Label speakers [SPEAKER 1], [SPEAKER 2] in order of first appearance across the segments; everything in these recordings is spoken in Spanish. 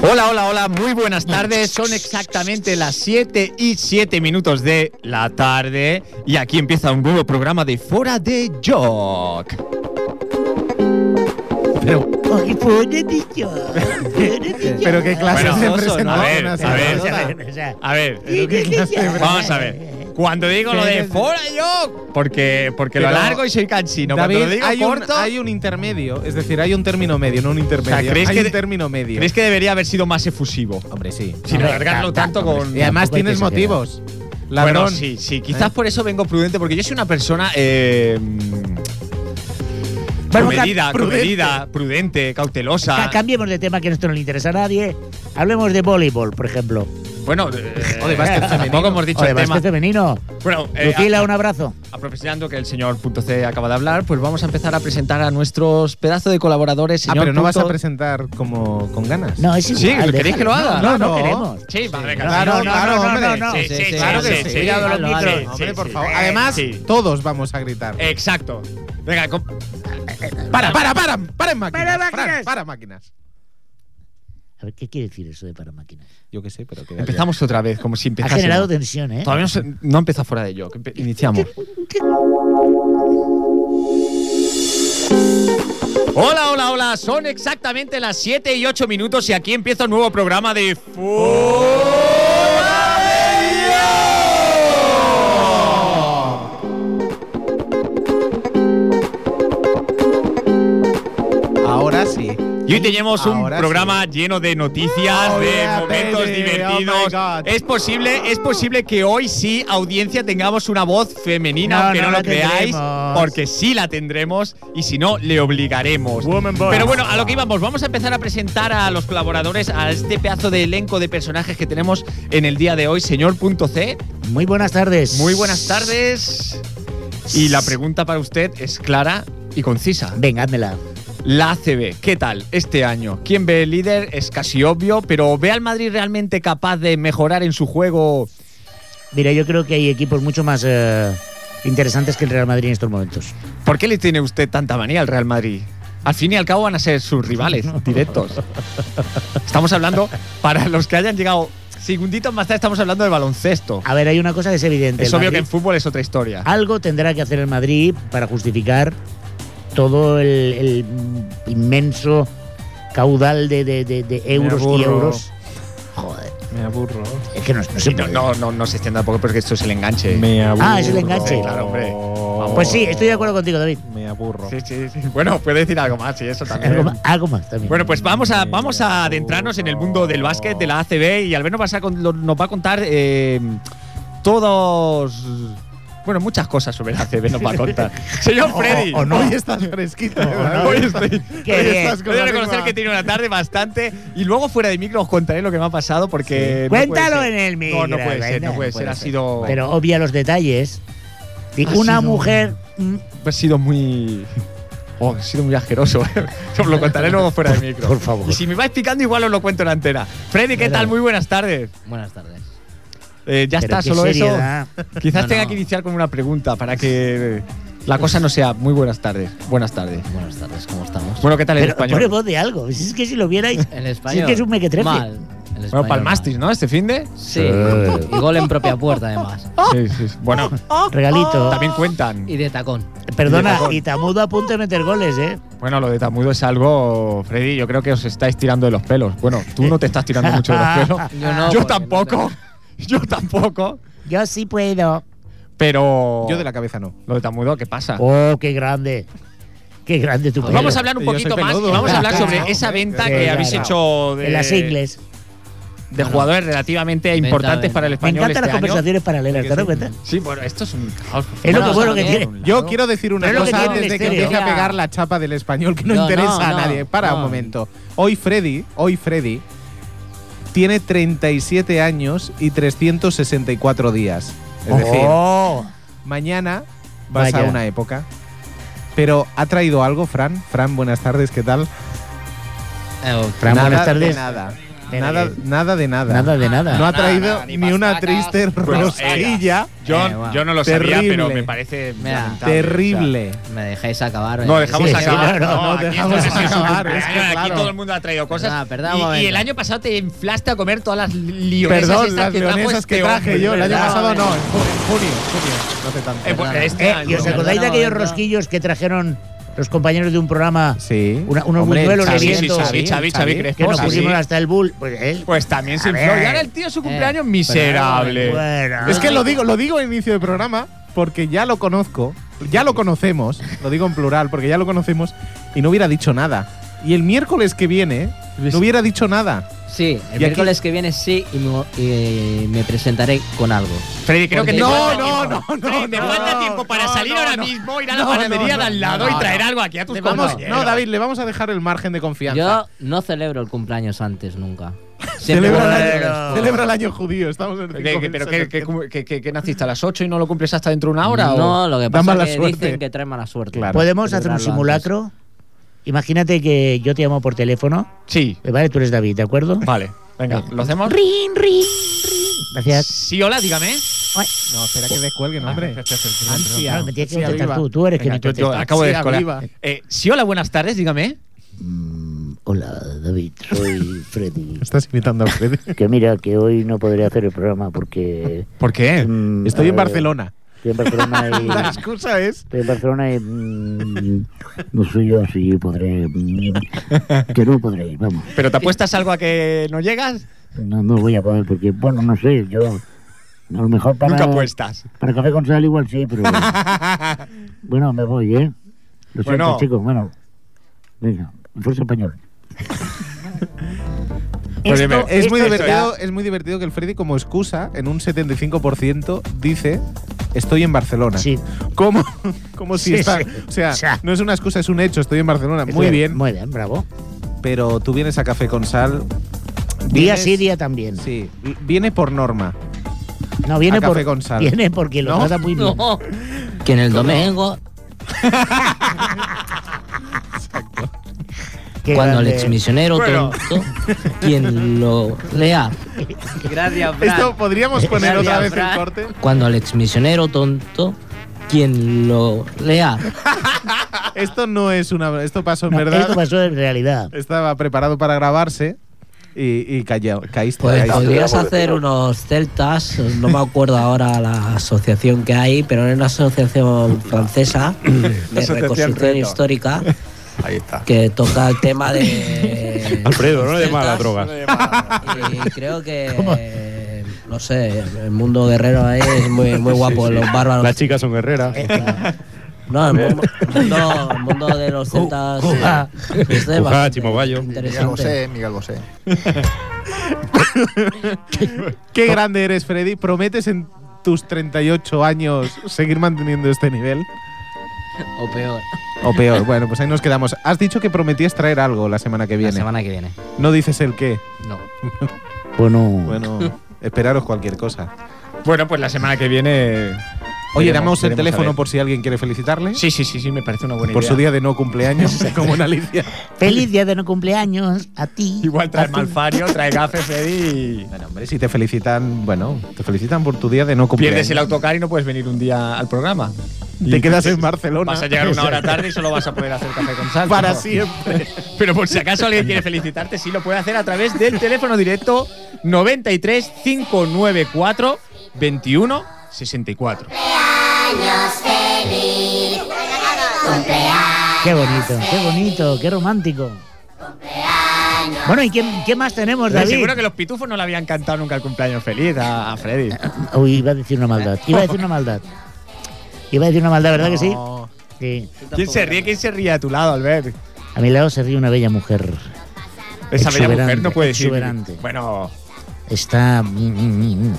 [SPEAKER 1] Hola, hola, hola, muy buenas tardes. Son exactamente las 7 y 7 minutos de la tarde. Y aquí empieza un nuevo programa de Fora de Jock. Pero,
[SPEAKER 2] Ay, fuera de yo. fuera de yo.
[SPEAKER 3] Pero qué clase
[SPEAKER 1] Bueno,
[SPEAKER 3] de
[SPEAKER 1] oso, ¿no?
[SPEAKER 3] presentador.
[SPEAKER 1] A ver,
[SPEAKER 3] así,
[SPEAKER 1] a ver.
[SPEAKER 3] o sea,
[SPEAKER 2] O sea,
[SPEAKER 1] a ver, vamos
[SPEAKER 2] Vamos
[SPEAKER 1] a ver. Cuando digo lo de Fora de Jock, porque, porque lo
[SPEAKER 3] Pero,
[SPEAKER 1] alargo y soy cansino. Cuando lo
[SPEAKER 3] David,
[SPEAKER 1] digo
[SPEAKER 3] hay un,
[SPEAKER 1] corto,
[SPEAKER 3] hay un intermedio, es decir, hay un término medio, no un intermedio.
[SPEAKER 1] O sea, ¿crees
[SPEAKER 3] hay
[SPEAKER 1] que
[SPEAKER 3] un
[SPEAKER 1] de-
[SPEAKER 3] término medio.
[SPEAKER 1] ¿crees que debería haber sido más efusivo?
[SPEAKER 3] Hombre, sí.
[SPEAKER 1] Sin
[SPEAKER 2] Hombre,
[SPEAKER 1] alargarlo
[SPEAKER 2] ta- ta-
[SPEAKER 1] tanto
[SPEAKER 2] hombre,
[SPEAKER 1] con.
[SPEAKER 3] Y además
[SPEAKER 2] Tampoco hay
[SPEAKER 3] tienes
[SPEAKER 2] que exagerar.
[SPEAKER 3] motivos. Ladrón. ¿Eh?
[SPEAKER 1] Bueno, sí, sí. Quizás por eso vengo prudente, porque yo soy una persona. Eh, mm,
[SPEAKER 2] Vamos,
[SPEAKER 1] comedida,
[SPEAKER 2] ca- prudente.
[SPEAKER 1] comedida, prudente, cautelosa.
[SPEAKER 2] Ca- Cambiemos de tema que esto no le interesa a nadie. Hablemos de voleibol, por ejemplo.
[SPEAKER 1] Bueno, eh,
[SPEAKER 3] O de básquet femenino.
[SPEAKER 1] tampoco hemos dicho
[SPEAKER 2] O de
[SPEAKER 1] el tema.
[SPEAKER 2] básquet femenino.
[SPEAKER 1] Bueno, eh,
[SPEAKER 2] Lucila, un abrazo.
[SPEAKER 1] a- aprovechando que el señor punto C acaba de hablar, pues vamos a empezar a presentar a nuestros pedazos de colaboradores.
[SPEAKER 3] Ah,
[SPEAKER 1] Señor
[SPEAKER 3] pero no vas a
[SPEAKER 1] punto-
[SPEAKER 3] presentar como con ganas.
[SPEAKER 2] No, es
[SPEAKER 1] Sí,
[SPEAKER 2] igual.
[SPEAKER 1] ¿queréis que lo
[SPEAKER 2] déjalo.
[SPEAKER 1] haga?
[SPEAKER 2] No, no,
[SPEAKER 3] Claro.
[SPEAKER 2] queremos.
[SPEAKER 1] Sí, va, venga.
[SPEAKER 3] Claro,
[SPEAKER 1] sí, no,
[SPEAKER 3] claro,
[SPEAKER 1] no, no,
[SPEAKER 3] hombre.
[SPEAKER 1] no, no.
[SPEAKER 3] Sí,
[SPEAKER 1] Sí,
[SPEAKER 3] sí,
[SPEAKER 1] sí,
[SPEAKER 3] claro que sí.
[SPEAKER 2] Cuidado con los
[SPEAKER 1] Vale,
[SPEAKER 2] micros.
[SPEAKER 1] sí,
[SPEAKER 3] Hombre,
[SPEAKER 1] sí,
[SPEAKER 3] por
[SPEAKER 1] sí.
[SPEAKER 3] favor. Además,
[SPEAKER 1] Sí. Eh,
[SPEAKER 3] todos vamos a gritar.
[SPEAKER 1] Exacto. Venga, com-
[SPEAKER 3] Para, para, para, para en máquinas.
[SPEAKER 2] Para máquinas.
[SPEAKER 3] Fran, para máquinas.
[SPEAKER 2] A ver, ¿qué quiere decir eso de para máquinas?
[SPEAKER 3] Yo qué sé, pero que
[SPEAKER 1] empezamos otra vez, como si
[SPEAKER 2] Ha
[SPEAKER 1] empezásemos.
[SPEAKER 2] generado tensión, ¿eh?
[SPEAKER 1] Todavía no, se- no ha empezado fuera de yo. que empe- Iniciamos. Hola, hola, hola. Son exactamente las 7 y 8 minutos y aquí empieza un nuevo programa de Fuera
[SPEAKER 3] Ahora sí.
[SPEAKER 1] Y hoy tenemos un
[SPEAKER 3] Ahora sí.
[SPEAKER 1] programa lleno de noticias,
[SPEAKER 3] Oh,
[SPEAKER 1] de
[SPEAKER 3] yeah,
[SPEAKER 1] momentos
[SPEAKER 3] baby. Oh,
[SPEAKER 1] divertidos.
[SPEAKER 3] my God.
[SPEAKER 1] es posible, es posible que hoy sí, audiencia, tengamos una voz femenina,
[SPEAKER 2] No,
[SPEAKER 1] aunque no,
[SPEAKER 2] no
[SPEAKER 1] lo
[SPEAKER 2] la
[SPEAKER 1] creáis,
[SPEAKER 2] tendremos.
[SPEAKER 1] porque sí la tendremos y si no, le obligaremos. Pero bueno, a lo que íbamos, vamos a empezar a presentar a los colaboradores, a este pedazo de elenco de personajes que tenemos en el día de hoy, señor punto C.
[SPEAKER 2] Muy buenas tardes.
[SPEAKER 1] Muy buenas tardes. Y la pregunta para usted es clara y concisa.
[SPEAKER 2] Venga, házmela.
[SPEAKER 1] La ACB, ¿qué tal este año? ¿Quién ve el líder? Es casi obvio, pero ¿ve al Madrid realmente capaz de mejorar en su juego?
[SPEAKER 2] Mira, yo creo que hay equipos mucho más eh, interesantes que el Real Madrid en estos momentos.
[SPEAKER 1] ¿Por qué le tiene usted tanta manía al Real Madrid? Al fin y al cabo van a ser sus rivales directos. Estamos hablando, para los que hayan llegado segunditos más tarde, estamos hablando de baloncesto.
[SPEAKER 2] A ver, hay una cosa que es evidente.
[SPEAKER 1] Es
[SPEAKER 2] el
[SPEAKER 1] obvio que
[SPEAKER 2] Madrid-
[SPEAKER 1] en fútbol es otra historia.
[SPEAKER 2] Algo tendrá que hacer el Madrid para justificar todo el, el inmenso caudal de, de- de- de euros y
[SPEAKER 3] aburro.
[SPEAKER 2] euros. Joder,
[SPEAKER 3] Me aburro.
[SPEAKER 2] es que no, no se
[SPEAKER 1] Sí, no,
[SPEAKER 2] puede.
[SPEAKER 1] no, no, no se extienda poco porque esto es el enganche.
[SPEAKER 3] Me aburro.
[SPEAKER 2] Ah, es el enganche.
[SPEAKER 1] Sí, claro, hombre.
[SPEAKER 2] Pues sí, estoy de acuerdo contigo, David.
[SPEAKER 3] Me aburro.
[SPEAKER 1] Sí, sí, sí. Bueno, puede decir algo más y eso también.
[SPEAKER 2] Algo, ma- algo más también.
[SPEAKER 1] Bueno, pues vamos a, vamos a adentrarnos en el mundo del básquet de la ACB y Alberto nos, nos va a contar eh, todos. Bueno, muchas cosas sobre la ACB nos va a contar. Señor Freddy.
[SPEAKER 3] O no. Hoy estás fresquito.
[SPEAKER 1] Hoy estoy.
[SPEAKER 2] Qué
[SPEAKER 1] hoy
[SPEAKER 2] bien.
[SPEAKER 1] estás con
[SPEAKER 3] Voy a
[SPEAKER 1] la reconocer
[SPEAKER 3] lengua.
[SPEAKER 1] que tiene una tarde bastante. Y luego fuera de micro os contaré lo que me ha pasado porque. Eh, no puede
[SPEAKER 2] Cuéntalo
[SPEAKER 1] ser.
[SPEAKER 2] en el micro.
[SPEAKER 1] No, no puede ser, no puede ser. Ha sido.
[SPEAKER 2] Pero obvia los detalles. Y
[SPEAKER 1] Ha
[SPEAKER 2] una
[SPEAKER 1] sido-
[SPEAKER 2] mujer. mm,
[SPEAKER 1] Ha sido muy. Oh, ha sido muy asqueroso. ¿eh? os lo contaré luego fuera de micro.
[SPEAKER 2] Por favor.
[SPEAKER 1] Y si me va explicando, igual os lo cuento en la antena. Freddy, ¿qué tal? Muy buenas tardes.
[SPEAKER 4] Buenas tardes.
[SPEAKER 1] Eh, ya
[SPEAKER 2] pero
[SPEAKER 1] está,
[SPEAKER 2] qué
[SPEAKER 1] solo
[SPEAKER 2] seriedad.
[SPEAKER 1] eso. Quizás
[SPEAKER 4] No,
[SPEAKER 1] tenga
[SPEAKER 4] no.
[SPEAKER 1] que iniciar con una pregunta para que la cosa no sea muy buenas tardes. Buenas tardes.
[SPEAKER 4] Buenas tardes, ¿cómo estamos?
[SPEAKER 1] Bueno, ¿qué tal el
[SPEAKER 2] Pero
[SPEAKER 1] español?
[SPEAKER 2] pone voz de algo. Si es que si lo vierais.
[SPEAKER 4] En español.
[SPEAKER 2] Sí que es un mequetrefe.
[SPEAKER 4] Mal. En español,
[SPEAKER 1] bueno, palmastis, ¿no? Este fin de.
[SPEAKER 4] mal. Sí. Y gol en propia puerta, además.
[SPEAKER 1] Sí, sí, sí. Bueno,
[SPEAKER 2] Regalito.
[SPEAKER 1] también cuentan.
[SPEAKER 4] Y de tacón.
[SPEAKER 2] Perdona,
[SPEAKER 1] Tacón.
[SPEAKER 2] y Tamudo a punto de meter goles, ¿eh?
[SPEAKER 1] Bueno, lo de Tamudo es algo, Freddy, yo creo que os estáis tirando de los pelos. Bueno, tú no te estás tirando mucho de los pelos.
[SPEAKER 4] Yo no,
[SPEAKER 1] yo
[SPEAKER 4] porque
[SPEAKER 1] tampoco.
[SPEAKER 4] no
[SPEAKER 1] Yo tampoco.
[SPEAKER 2] Yo sí puedo.
[SPEAKER 1] Pero.
[SPEAKER 3] Yo de la cabeza no.
[SPEAKER 1] Lo de Tamudo, ¿qué pasa?
[SPEAKER 2] Oh, qué grande. Qué grande tu
[SPEAKER 1] Pues Vamos a
[SPEAKER 2] pelo.
[SPEAKER 1] hablar un
[SPEAKER 3] Yo soy
[SPEAKER 1] poquito más y
[SPEAKER 3] peludo.
[SPEAKER 1] vamos a hablar
[SPEAKER 2] No,
[SPEAKER 1] sobre esa
[SPEAKER 3] hombre,
[SPEAKER 1] venta
[SPEAKER 2] sí,
[SPEAKER 1] que
[SPEAKER 2] claro.
[SPEAKER 1] habéis hecho de,
[SPEAKER 2] En las ingles.
[SPEAKER 1] de
[SPEAKER 4] No, no.
[SPEAKER 1] jugadores relativamente
[SPEAKER 4] Venta,
[SPEAKER 1] importantes
[SPEAKER 4] venta.
[SPEAKER 1] para el
[SPEAKER 2] Me
[SPEAKER 1] español.
[SPEAKER 2] encantan las
[SPEAKER 1] este año.
[SPEAKER 2] conversaciones paralelas, ¿te das cuenta?
[SPEAKER 1] Sí, bueno, esto es un caos.
[SPEAKER 2] Es lo que
[SPEAKER 4] No,
[SPEAKER 2] bueno que
[SPEAKER 4] también.
[SPEAKER 2] tiene.
[SPEAKER 3] Yo quiero decir una
[SPEAKER 2] Pero es lo que
[SPEAKER 3] cosa
[SPEAKER 2] tiene el
[SPEAKER 3] antes de que
[SPEAKER 2] estéreo.
[SPEAKER 3] empiece a
[SPEAKER 4] Ya.
[SPEAKER 3] pegar la chapa del español que no,
[SPEAKER 4] No,
[SPEAKER 3] interesa
[SPEAKER 4] no,
[SPEAKER 3] a
[SPEAKER 4] no,
[SPEAKER 3] nadie. Para un
[SPEAKER 4] no.
[SPEAKER 3] momento. Hoy Freddy, hoy Freddy tiene 37 años y 364 días. Es decir,
[SPEAKER 2] Oh,
[SPEAKER 3] mañana vas a
[SPEAKER 2] Vaya.
[SPEAKER 3] una época. Pero ha traído algo, Fran. Fran, buenas tardes, ¿qué tal?
[SPEAKER 4] Eh,
[SPEAKER 2] Fran,
[SPEAKER 3] nada
[SPEAKER 2] buenas
[SPEAKER 3] de
[SPEAKER 2] tardes.
[SPEAKER 3] nada.
[SPEAKER 5] Nada, nada de nada.
[SPEAKER 2] Nada de nada.
[SPEAKER 5] No ha
[SPEAKER 6] Nada,
[SPEAKER 5] traído
[SPEAKER 6] nada, ni
[SPEAKER 5] ni, una
[SPEAKER 6] pastacas.
[SPEAKER 5] triste
[SPEAKER 1] Bueno,
[SPEAKER 5] rosquilla.
[SPEAKER 1] Yo,
[SPEAKER 6] Eh, bueno.
[SPEAKER 1] yo no lo sabía,
[SPEAKER 5] Terrible.
[SPEAKER 1] pero me parece
[SPEAKER 6] Mira,
[SPEAKER 1] lamentable,
[SPEAKER 5] Terrible.
[SPEAKER 6] Me dejáis acabar.
[SPEAKER 1] No,
[SPEAKER 6] eh.
[SPEAKER 1] dejamos
[SPEAKER 2] Sí, sí,
[SPEAKER 1] acabar.
[SPEAKER 2] claro,
[SPEAKER 1] no,
[SPEAKER 5] no,
[SPEAKER 1] aquí
[SPEAKER 5] dejamos
[SPEAKER 1] esto es un ¿eh?
[SPEAKER 5] acabar,
[SPEAKER 1] cumpleaños,
[SPEAKER 5] es que
[SPEAKER 1] aquí
[SPEAKER 5] claro.
[SPEAKER 1] todo el mundo ha traído
[SPEAKER 6] Perdón,
[SPEAKER 1] cosas.
[SPEAKER 6] perdón,
[SPEAKER 1] Y-
[SPEAKER 6] un
[SPEAKER 1] y,
[SPEAKER 6] momento.
[SPEAKER 1] el año pasado te inflaste a comer todas las lionesas
[SPEAKER 5] Perdón,
[SPEAKER 1] estas
[SPEAKER 5] las
[SPEAKER 1] que trajo
[SPEAKER 5] leonesas
[SPEAKER 1] este
[SPEAKER 5] que traje
[SPEAKER 1] hombre,
[SPEAKER 5] yo el año
[SPEAKER 1] ¿verdad?
[SPEAKER 5] pasado, no, en ju- en junio, junio, no hace tanto.
[SPEAKER 1] Eh, pues,
[SPEAKER 6] Perdona.
[SPEAKER 1] este
[SPEAKER 2] Eh,
[SPEAKER 1] año.
[SPEAKER 2] ¿Y os acordáis de
[SPEAKER 6] Perdona,
[SPEAKER 2] aquellos
[SPEAKER 6] momento.
[SPEAKER 2] rosquillos que trajeron los compañeros de un programa
[SPEAKER 5] Sí.
[SPEAKER 2] Una- unos buñuelos
[SPEAKER 5] Xavi,
[SPEAKER 2] de
[SPEAKER 5] sí,
[SPEAKER 2] viento.
[SPEAKER 5] sí,
[SPEAKER 1] Sí,
[SPEAKER 5] sí,
[SPEAKER 1] Xavi, Xavi,
[SPEAKER 5] Xavi, Xavi.
[SPEAKER 1] Crespo,
[SPEAKER 2] que nos
[SPEAKER 1] Xavi.
[SPEAKER 2] pusimos hasta el bull? Pues él.
[SPEAKER 1] Pues también se
[SPEAKER 2] A
[SPEAKER 1] infló. Y
[SPEAKER 2] ver.
[SPEAKER 1] ahora el tío su cumpleaños miserable.
[SPEAKER 2] bueno.
[SPEAKER 5] Es que lo digo, lo digo a inicio de programa porque ya lo conozco, ya lo conocemos, lo digo en plural porque ya lo conocemos y no hubiera dicho nada. Y el miércoles que viene no hubiera dicho nada.
[SPEAKER 6] Sí, el
[SPEAKER 5] Y aquí-
[SPEAKER 6] miércoles que viene sí y me, y me presentaré con algo.
[SPEAKER 1] Freddy, creo
[SPEAKER 6] Porque-
[SPEAKER 1] que te
[SPEAKER 6] No,
[SPEAKER 1] falta
[SPEAKER 5] no,
[SPEAKER 1] tiempo.
[SPEAKER 5] no, no,
[SPEAKER 1] Freddy, Te
[SPEAKER 5] no,
[SPEAKER 1] falta
[SPEAKER 5] no,
[SPEAKER 1] tiempo para
[SPEAKER 5] no,
[SPEAKER 1] salir
[SPEAKER 5] no,
[SPEAKER 1] ahora
[SPEAKER 5] no.
[SPEAKER 1] mismo, ir a la
[SPEAKER 5] No, no,
[SPEAKER 1] panadería
[SPEAKER 5] no,
[SPEAKER 1] de al lado
[SPEAKER 6] no,
[SPEAKER 1] y
[SPEAKER 6] no.
[SPEAKER 1] traer algo aquí a tus
[SPEAKER 5] Vamos,
[SPEAKER 1] compañeros.
[SPEAKER 5] no, David, le vamos a dejar el margen de confianza.
[SPEAKER 6] Yo no celebro el cumpleaños antes nunca. Siempre
[SPEAKER 5] Celebra
[SPEAKER 6] guardo-
[SPEAKER 5] el,
[SPEAKER 2] Bueno.
[SPEAKER 5] año, celebra el año judío, estamos en el
[SPEAKER 1] De- que- ¿Pero que, que,
[SPEAKER 5] 5700.
[SPEAKER 1] que- que- que naciste a las 8 y no lo cumples hasta dentro de una hora? o?
[SPEAKER 6] No, lo que
[SPEAKER 5] Da
[SPEAKER 6] pasa
[SPEAKER 5] mala
[SPEAKER 6] es que
[SPEAKER 5] suerte.
[SPEAKER 6] dicen que trae mala suerte.
[SPEAKER 5] Claro.
[SPEAKER 2] ¿Podemos hacer un
[SPEAKER 6] Celebrarlo
[SPEAKER 2] simulacro? Imagínate que yo te llamo por teléfono.
[SPEAKER 1] Sí,
[SPEAKER 2] eh, Vale, tú eres David, ¿de acuerdo?
[SPEAKER 1] vale. Venga, ¿lo hacemos?
[SPEAKER 2] Rin, rin, Gracias.
[SPEAKER 1] Sí, hola, dígame.
[SPEAKER 5] No, espera que descuelguen, hombre.
[SPEAKER 2] Claro, me tienes que
[SPEAKER 5] Sí,
[SPEAKER 2] contestar
[SPEAKER 5] arriba.
[SPEAKER 2] tú. Tú eres que me
[SPEAKER 1] Venga, yo- yo
[SPEAKER 2] contestas.
[SPEAKER 1] acabo de
[SPEAKER 5] Sí,
[SPEAKER 1] descolar.
[SPEAKER 5] arriba.
[SPEAKER 1] Eh, sí, hola, buenas tardes, dígame.
[SPEAKER 2] Mm, hola, David. Soy Freddy.
[SPEAKER 5] Estás imitando a Freddy.
[SPEAKER 2] que mira, que hoy no podré hacer el programa porque...
[SPEAKER 1] ¿Por qué?
[SPEAKER 2] mm,
[SPEAKER 5] Estoy en
[SPEAKER 2] eh,
[SPEAKER 5] Barcelona.
[SPEAKER 2] Estoy en Barcelona y...
[SPEAKER 5] La excusa es
[SPEAKER 2] Estoy en Barcelona y... mm, no soy yo, sí podré... mm, que no podré ir, vamos.
[SPEAKER 1] ¿Pero te apuestas algo a que no llegas?
[SPEAKER 2] No, no voy a poder porque, bueno, no sé, yo... A lo mejor para...
[SPEAKER 1] Nunca apuestas.
[SPEAKER 2] Para café con sal igual sí, pero... bueno, me voy, ¿eh? Lo siento,
[SPEAKER 1] Bueno.
[SPEAKER 2] chicos, bueno. Venga, fuerza español.
[SPEAKER 1] Pues dime,
[SPEAKER 5] Es muy,
[SPEAKER 1] esto
[SPEAKER 5] divertido, es muy divertido que el Freddy, como excusa, en un 75% dice estoy en Barcelona.
[SPEAKER 2] Sí.
[SPEAKER 5] Como, como si
[SPEAKER 2] Sí,
[SPEAKER 5] está.
[SPEAKER 2] sí.
[SPEAKER 5] O sea,
[SPEAKER 2] O sea.
[SPEAKER 5] no es una excusa, es un hecho, estoy en Barcelona. Muy bien.
[SPEAKER 2] Muy bien, bravo.
[SPEAKER 5] Pero tú vienes a Café con Sal.
[SPEAKER 2] Día
[SPEAKER 5] vienes-
[SPEAKER 2] sí, día también.
[SPEAKER 5] Sí, vi- viene por norma.
[SPEAKER 2] No, viene,
[SPEAKER 5] A
[SPEAKER 2] por,
[SPEAKER 5] Café con Sal.
[SPEAKER 2] viene porque lo
[SPEAKER 5] No,
[SPEAKER 2] trata muy bien.
[SPEAKER 6] No. Que en el domingo,
[SPEAKER 2] Qué
[SPEAKER 6] cuando el
[SPEAKER 2] grande.
[SPEAKER 6] exmisionero
[SPEAKER 1] Bueno.
[SPEAKER 6] tonto, quien lo lea. Gracias,
[SPEAKER 5] Esto podríamos poner
[SPEAKER 6] Gracias,
[SPEAKER 5] otra vez el
[SPEAKER 6] Fran.
[SPEAKER 5] corte.
[SPEAKER 6] Cuando el exmisionero tonto, quien lo lea.
[SPEAKER 5] Esto no es una. Esto pasó en
[SPEAKER 2] No,
[SPEAKER 5] verdad.
[SPEAKER 2] Esto pasó en realidad.
[SPEAKER 5] Estaba preparado para grabarse y, y callao- caíste.
[SPEAKER 6] Pues
[SPEAKER 5] caíste.
[SPEAKER 6] podrías hacer unos celtas, no me acuerdo ahora la asociación que hay, pero era una asociación francesa de
[SPEAKER 1] Asociación
[SPEAKER 6] reconstrucción
[SPEAKER 1] Reto.
[SPEAKER 6] histórica
[SPEAKER 1] Ahí está.
[SPEAKER 6] que toca el tema de.
[SPEAKER 3] Alfredo, no le
[SPEAKER 6] de
[SPEAKER 3] llamas a las drogas.
[SPEAKER 6] Y creo que. Eh, No sé, el mundo guerrero ahí es muy, muy guapo, los bárbaros.
[SPEAKER 3] Las chicas son guerreras.
[SPEAKER 6] No, el mundo, el mundo- el mundo de los celtas.
[SPEAKER 2] Cuja.
[SPEAKER 6] eh, es de
[SPEAKER 3] Cuja,
[SPEAKER 6] bastante
[SPEAKER 3] Chimobayo.
[SPEAKER 7] Miguel
[SPEAKER 6] Interesante.
[SPEAKER 7] Bosé, Miguel Bosé.
[SPEAKER 5] Qué grande eres, Freddy. ¿Prometes en tus 38 años seguir manteniendo este nivel?
[SPEAKER 6] O peor.
[SPEAKER 5] O peor, bueno, pues ahí nos quedamos. Has dicho que prometías traer algo la semana que
[SPEAKER 6] La
[SPEAKER 5] viene.
[SPEAKER 6] semana que viene.
[SPEAKER 5] No dices el qué.
[SPEAKER 6] No.
[SPEAKER 2] Bueno,
[SPEAKER 5] Bueno, esperaros cualquier cosa.
[SPEAKER 1] Bueno, pues la semana que viene.
[SPEAKER 5] Oye,
[SPEAKER 1] veremos-
[SPEAKER 5] damos el
[SPEAKER 1] veremos a
[SPEAKER 5] teléfono
[SPEAKER 1] ver.
[SPEAKER 5] por si alguien quiere felicitarle.
[SPEAKER 1] Sí, sí, sí, sí, me parece una buena
[SPEAKER 5] Por
[SPEAKER 1] idea.
[SPEAKER 5] su día de no cumpleaños, como en Alicia.
[SPEAKER 2] feliz día de no cumpleaños a ti.
[SPEAKER 1] Igual trae
[SPEAKER 2] a ti.
[SPEAKER 1] malfario, trae gafes, Freddy. y-
[SPEAKER 5] Bueno, hombre, si te felicitan, bueno, te felicitan por tu día de no cumpleaños.
[SPEAKER 1] Pierdes el autocar y no puedes venir un día al programa.
[SPEAKER 5] Te quedas en Barcelona.
[SPEAKER 1] Vas a llegar una hora tarde y solo vas a poder hacer café con sal.
[SPEAKER 5] Para
[SPEAKER 1] ¿no?
[SPEAKER 5] siempre.
[SPEAKER 1] Pero por si acaso alguien quiere felicitarte, sí lo puede hacer a través del teléfono directo 93 594 21 64.
[SPEAKER 2] Qué bonito, qué bonito, qué romántico. Bueno, ¿y qué, qué más tenemos,
[SPEAKER 1] Estoy
[SPEAKER 2] David?
[SPEAKER 1] seguro que los pitufos no le habían cantado nunca el cumpleaños feliz a, a Freddy.
[SPEAKER 2] Uy, iba a decir una maldad. Iba a decir una maldad. Iba a decir una maldad, ¿verdad que sí?
[SPEAKER 1] No.
[SPEAKER 2] Sí.
[SPEAKER 1] ¿Quién se ríe? ¿Quién se ríe a tu lado, Albert?
[SPEAKER 2] A mi lado se ríe una bella mujer.
[SPEAKER 1] Esa bella
[SPEAKER 2] Exuberante,
[SPEAKER 1] mujer no puede decir.
[SPEAKER 2] exuberante.
[SPEAKER 1] Bueno,
[SPEAKER 2] Está. mm, mm,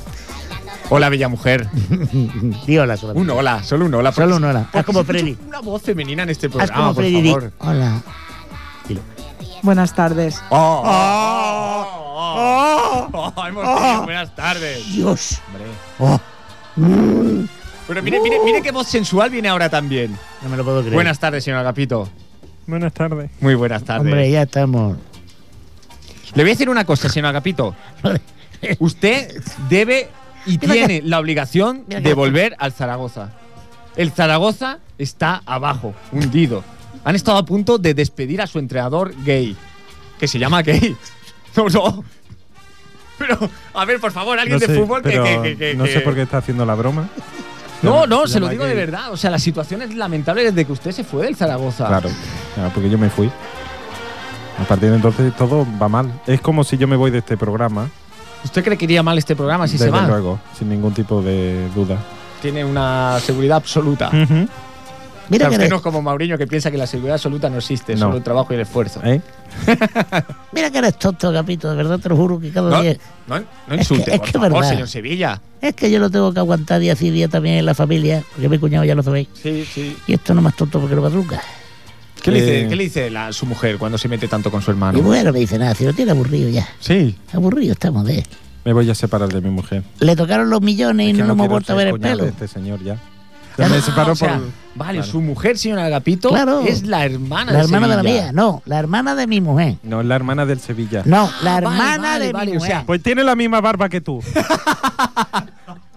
[SPEAKER 1] hola, bella mujer.
[SPEAKER 2] mm. Di hola solamente.
[SPEAKER 1] Un hola, solo un hola.
[SPEAKER 2] Solo
[SPEAKER 1] porque
[SPEAKER 2] un hola.
[SPEAKER 1] porque
[SPEAKER 2] Haz como
[SPEAKER 1] se escucha
[SPEAKER 2] Freddy.
[SPEAKER 1] Una voz femenina en este
[SPEAKER 2] Haz
[SPEAKER 1] programa,
[SPEAKER 2] como
[SPEAKER 1] por
[SPEAKER 2] Freddy di,
[SPEAKER 1] favor.
[SPEAKER 2] Hola.
[SPEAKER 8] Buenas tardes.
[SPEAKER 1] Oh, oh, oh, oh, hemos tenido buenas tardes.
[SPEAKER 2] Ah. Dios.
[SPEAKER 1] Hombre.
[SPEAKER 2] Oh,
[SPEAKER 1] Pero mire, mire, mire qué voz sensual viene ahora también.
[SPEAKER 2] no me lo puedo creer.
[SPEAKER 1] Buenas tardes, señor Agapito.
[SPEAKER 3] Buenas tardes.
[SPEAKER 1] Muy buenas tardes.
[SPEAKER 2] Hombre, ya estamos.
[SPEAKER 1] Le voy a decir una cosa, señor Agapito. Usted debe y tiene la obligación de volver al Zaragoza. El Zaragoza está abajo, hundido. Han estado a punto de despedir a su entrenador gay, que se llama gay. No, no. Pero, a ver, por favor, alguien
[SPEAKER 3] No sé,
[SPEAKER 1] de fútbol que-
[SPEAKER 3] pero
[SPEAKER 1] que- que- que-
[SPEAKER 3] no sé
[SPEAKER 1] que-
[SPEAKER 3] por qué está haciendo la broma.
[SPEAKER 1] No,
[SPEAKER 3] Se
[SPEAKER 1] no,
[SPEAKER 3] llama-
[SPEAKER 1] se lo
[SPEAKER 3] llama
[SPEAKER 1] digo de
[SPEAKER 3] gay.
[SPEAKER 1] verdad. O sea, la situación es lamentable desde que usted se fue del
[SPEAKER 2] Ah.
[SPEAKER 1] Zaragoza.
[SPEAKER 3] Claro, claro, porque yo me fui. A partir de entonces todo va mal. Es como si yo me voy de este programa.
[SPEAKER 1] ¿Usted cree que iría mal este programa si se
[SPEAKER 3] desde
[SPEAKER 1] va?
[SPEAKER 3] luego, sin ningún tipo de duda.
[SPEAKER 1] Tiene una seguridad absoluta.
[SPEAKER 2] Mira
[SPEAKER 1] O sea,
[SPEAKER 2] que,
[SPEAKER 1] usted
[SPEAKER 2] eres,
[SPEAKER 1] no es como Mauriño que piensa que la seguridad absoluta no existe,
[SPEAKER 3] No.
[SPEAKER 1] solo el trabajo y el esfuerzo.
[SPEAKER 3] ¿Eh?
[SPEAKER 2] mira que eres tonto, Capito. De verdad te lo juro que cada
[SPEAKER 1] No,
[SPEAKER 2] día.
[SPEAKER 1] no, no
[SPEAKER 2] Es
[SPEAKER 1] insulte,
[SPEAKER 2] que- es
[SPEAKER 1] por
[SPEAKER 2] que
[SPEAKER 1] favor,
[SPEAKER 2] verdad.
[SPEAKER 1] señor Sevilla.
[SPEAKER 2] Es que yo lo tengo que aguantar día sí día también en la familia, porque mi cuñado ya lo sabéis.
[SPEAKER 1] Sí, sí.
[SPEAKER 2] Y esto no más tonto porque lo madruga.
[SPEAKER 1] ¿Qué le
[SPEAKER 3] Eh.
[SPEAKER 1] dice, qué le dice la- su mujer cuando se mete tanto con su
[SPEAKER 2] Y
[SPEAKER 1] hermano?
[SPEAKER 2] bueno, me dice nada, si lo tiene aburrido ya.
[SPEAKER 3] Sí,
[SPEAKER 2] Aburrido estamos de. él.
[SPEAKER 3] me voy a separar de mi mujer.
[SPEAKER 2] Le tocaron los millones y
[SPEAKER 3] Es que
[SPEAKER 2] no nos hemos
[SPEAKER 3] quiero
[SPEAKER 2] vuelto a
[SPEAKER 3] ser
[SPEAKER 2] ver el
[SPEAKER 3] cuñado
[SPEAKER 2] pelo.
[SPEAKER 3] de este señor ya.
[SPEAKER 1] Ah,
[SPEAKER 3] Ya me separó
[SPEAKER 1] o sea,
[SPEAKER 3] por.
[SPEAKER 1] Vale,
[SPEAKER 3] claro.
[SPEAKER 1] su mujer, señor Agapito,
[SPEAKER 2] Claro.
[SPEAKER 1] es la hermana
[SPEAKER 2] La
[SPEAKER 1] de
[SPEAKER 2] hermana de la
[SPEAKER 1] Sevilla.
[SPEAKER 2] mía, no, la hermana de mi mujer.
[SPEAKER 3] No, es la hermana del Sevilla.
[SPEAKER 2] No, la
[SPEAKER 1] Ah, vale,
[SPEAKER 2] hermana
[SPEAKER 1] vale,
[SPEAKER 2] de
[SPEAKER 1] vale,
[SPEAKER 2] mi
[SPEAKER 1] o
[SPEAKER 2] mujer.
[SPEAKER 1] sea,
[SPEAKER 3] Pues tiene la misma barba que tú.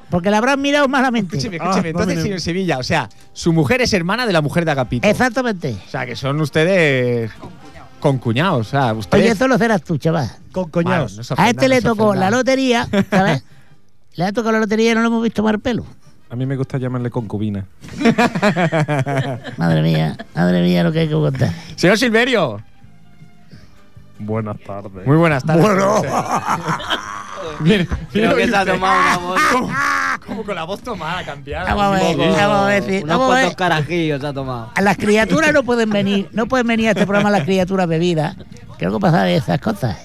[SPEAKER 2] Porque la habrán mirado malamente.
[SPEAKER 1] Escúcheme,
[SPEAKER 3] Ah,
[SPEAKER 1] escúcheme. Entonces,
[SPEAKER 3] vale.
[SPEAKER 1] señor Sevilla, o sea, su mujer es hermana de la mujer de Agapito.
[SPEAKER 2] Exactamente.
[SPEAKER 1] O sea, que son ustedes con cuñados. O sea, ustedes.
[SPEAKER 2] Oye, eso lo serás tú, chaval.
[SPEAKER 3] Con
[SPEAKER 1] Vale, no se
[SPEAKER 2] A
[SPEAKER 1] ofendan,
[SPEAKER 2] este
[SPEAKER 1] no
[SPEAKER 2] le
[SPEAKER 1] se
[SPEAKER 2] tocó la
[SPEAKER 1] ofendan.
[SPEAKER 2] lotería, ¿sabes? le ha tocado la lotería y no lo hemos visto tomar pelo.
[SPEAKER 3] A mí me gusta llamarle concubina.
[SPEAKER 2] Madre mía, madre mía lo que hay que contar.
[SPEAKER 1] Señor Silverio,
[SPEAKER 3] Buenas tardes.
[SPEAKER 1] muy buenas tardes. Bueno.
[SPEAKER 9] Creo que se ha tomado una voz.
[SPEAKER 1] Como con la voz tomada, cambiada.
[SPEAKER 2] Vamos a ver, vamos a ver. si-
[SPEAKER 9] Unos
[SPEAKER 2] Vamos a
[SPEAKER 9] cuantos
[SPEAKER 2] ver.
[SPEAKER 9] carajillos se ha tomado.
[SPEAKER 2] A Las criaturas no pueden venir, no pueden venir a este programa las criaturas bebidas. ¿Qué algo pasa de esas cosas?